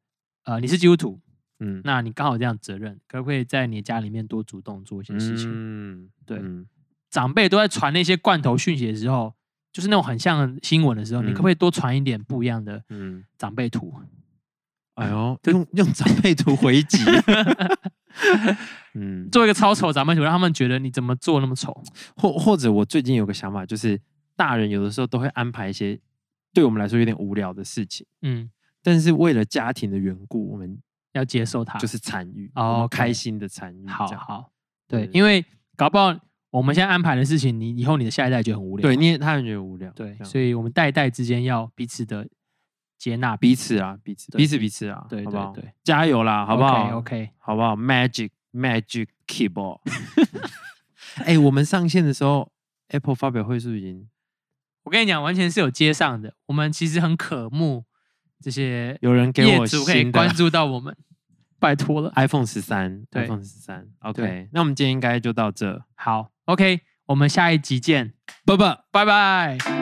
[SPEAKER 2] 呃你是基督徒，
[SPEAKER 1] 嗯，
[SPEAKER 2] 那你刚好有这样的责任，可不可以在你的家里面多主动做一些事情？
[SPEAKER 1] 嗯，
[SPEAKER 2] 对
[SPEAKER 1] 嗯
[SPEAKER 2] 长辈都在传那些罐头讯息的时候，就是那种很像新闻的时候，你可
[SPEAKER 1] 嗯
[SPEAKER 2] 不可以多传一点不一样的
[SPEAKER 1] 嗯，
[SPEAKER 2] 长辈图？
[SPEAKER 1] 哎呦，
[SPEAKER 2] 嗯
[SPEAKER 1] 用用长辈图回击，嗯，
[SPEAKER 2] 做一个超丑长辈图，让他们觉得你怎么做那么丑？
[SPEAKER 1] 或或者我最近有个想法，就是大人有的时候都会安排一些对我们来说有点无聊的事情，
[SPEAKER 2] 嗯，
[SPEAKER 1] 但是为了家庭的缘故，我们
[SPEAKER 2] 要接受它，
[SPEAKER 1] 就是参与，
[SPEAKER 2] 哦
[SPEAKER 1] 我们
[SPEAKER 2] OK
[SPEAKER 1] 开心的参与，
[SPEAKER 2] 好
[SPEAKER 1] 嗯这样
[SPEAKER 2] 好，对，
[SPEAKER 1] 对
[SPEAKER 2] 因为搞不好我们现在安排的事情，你以后你的下一代觉得很无聊。
[SPEAKER 1] 对，你也他也觉得无聊，
[SPEAKER 2] 对，
[SPEAKER 1] 以
[SPEAKER 2] 所以我们代代之间要彼此的接纳，
[SPEAKER 1] 彼此啊，彼此
[SPEAKER 2] 对
[SPEAKER 1] 彼此彼此啊，
[SPEAKER 2] 对
[SPEAKER 1] 好不好？
[SPEAKER 2] 对对，
[SPEAKER 1] 加油啦，好不好
[SPEAKER 2] OK，
[SPEAKER 1] 好不好？Magic Magic Keyboard。哎、我们上线的时候，Apple 发表会是不是已经
[SPEAKER 2] 我跟你讲，完全是有接上的。我们其实很渴慕这些
[SPEAKER 1] 有人给
[SPEAKER 2] 业
[SPEAKER 1] 我
[SPEAKER 2] 主可以
[SPEAKER 1] 新
[SPEAKER 2] 关
[SPEAKER 1] 的
[SPEAKER 2] 注到我们，拜托了。
[SPEAKER 1] iPhone 十三
[SPEAKER 2] 对
[SPEAKER 1] ？iPhone 十三，OK
[SPEAKER 2] 对。
[SPEAKER 1] 那我们今天应该就到这，
[SPEAKER 2] 好，OK，我们下一集见，
[SPEAKER 1] 拜拜。
[SPEAKER 2] 拜拜。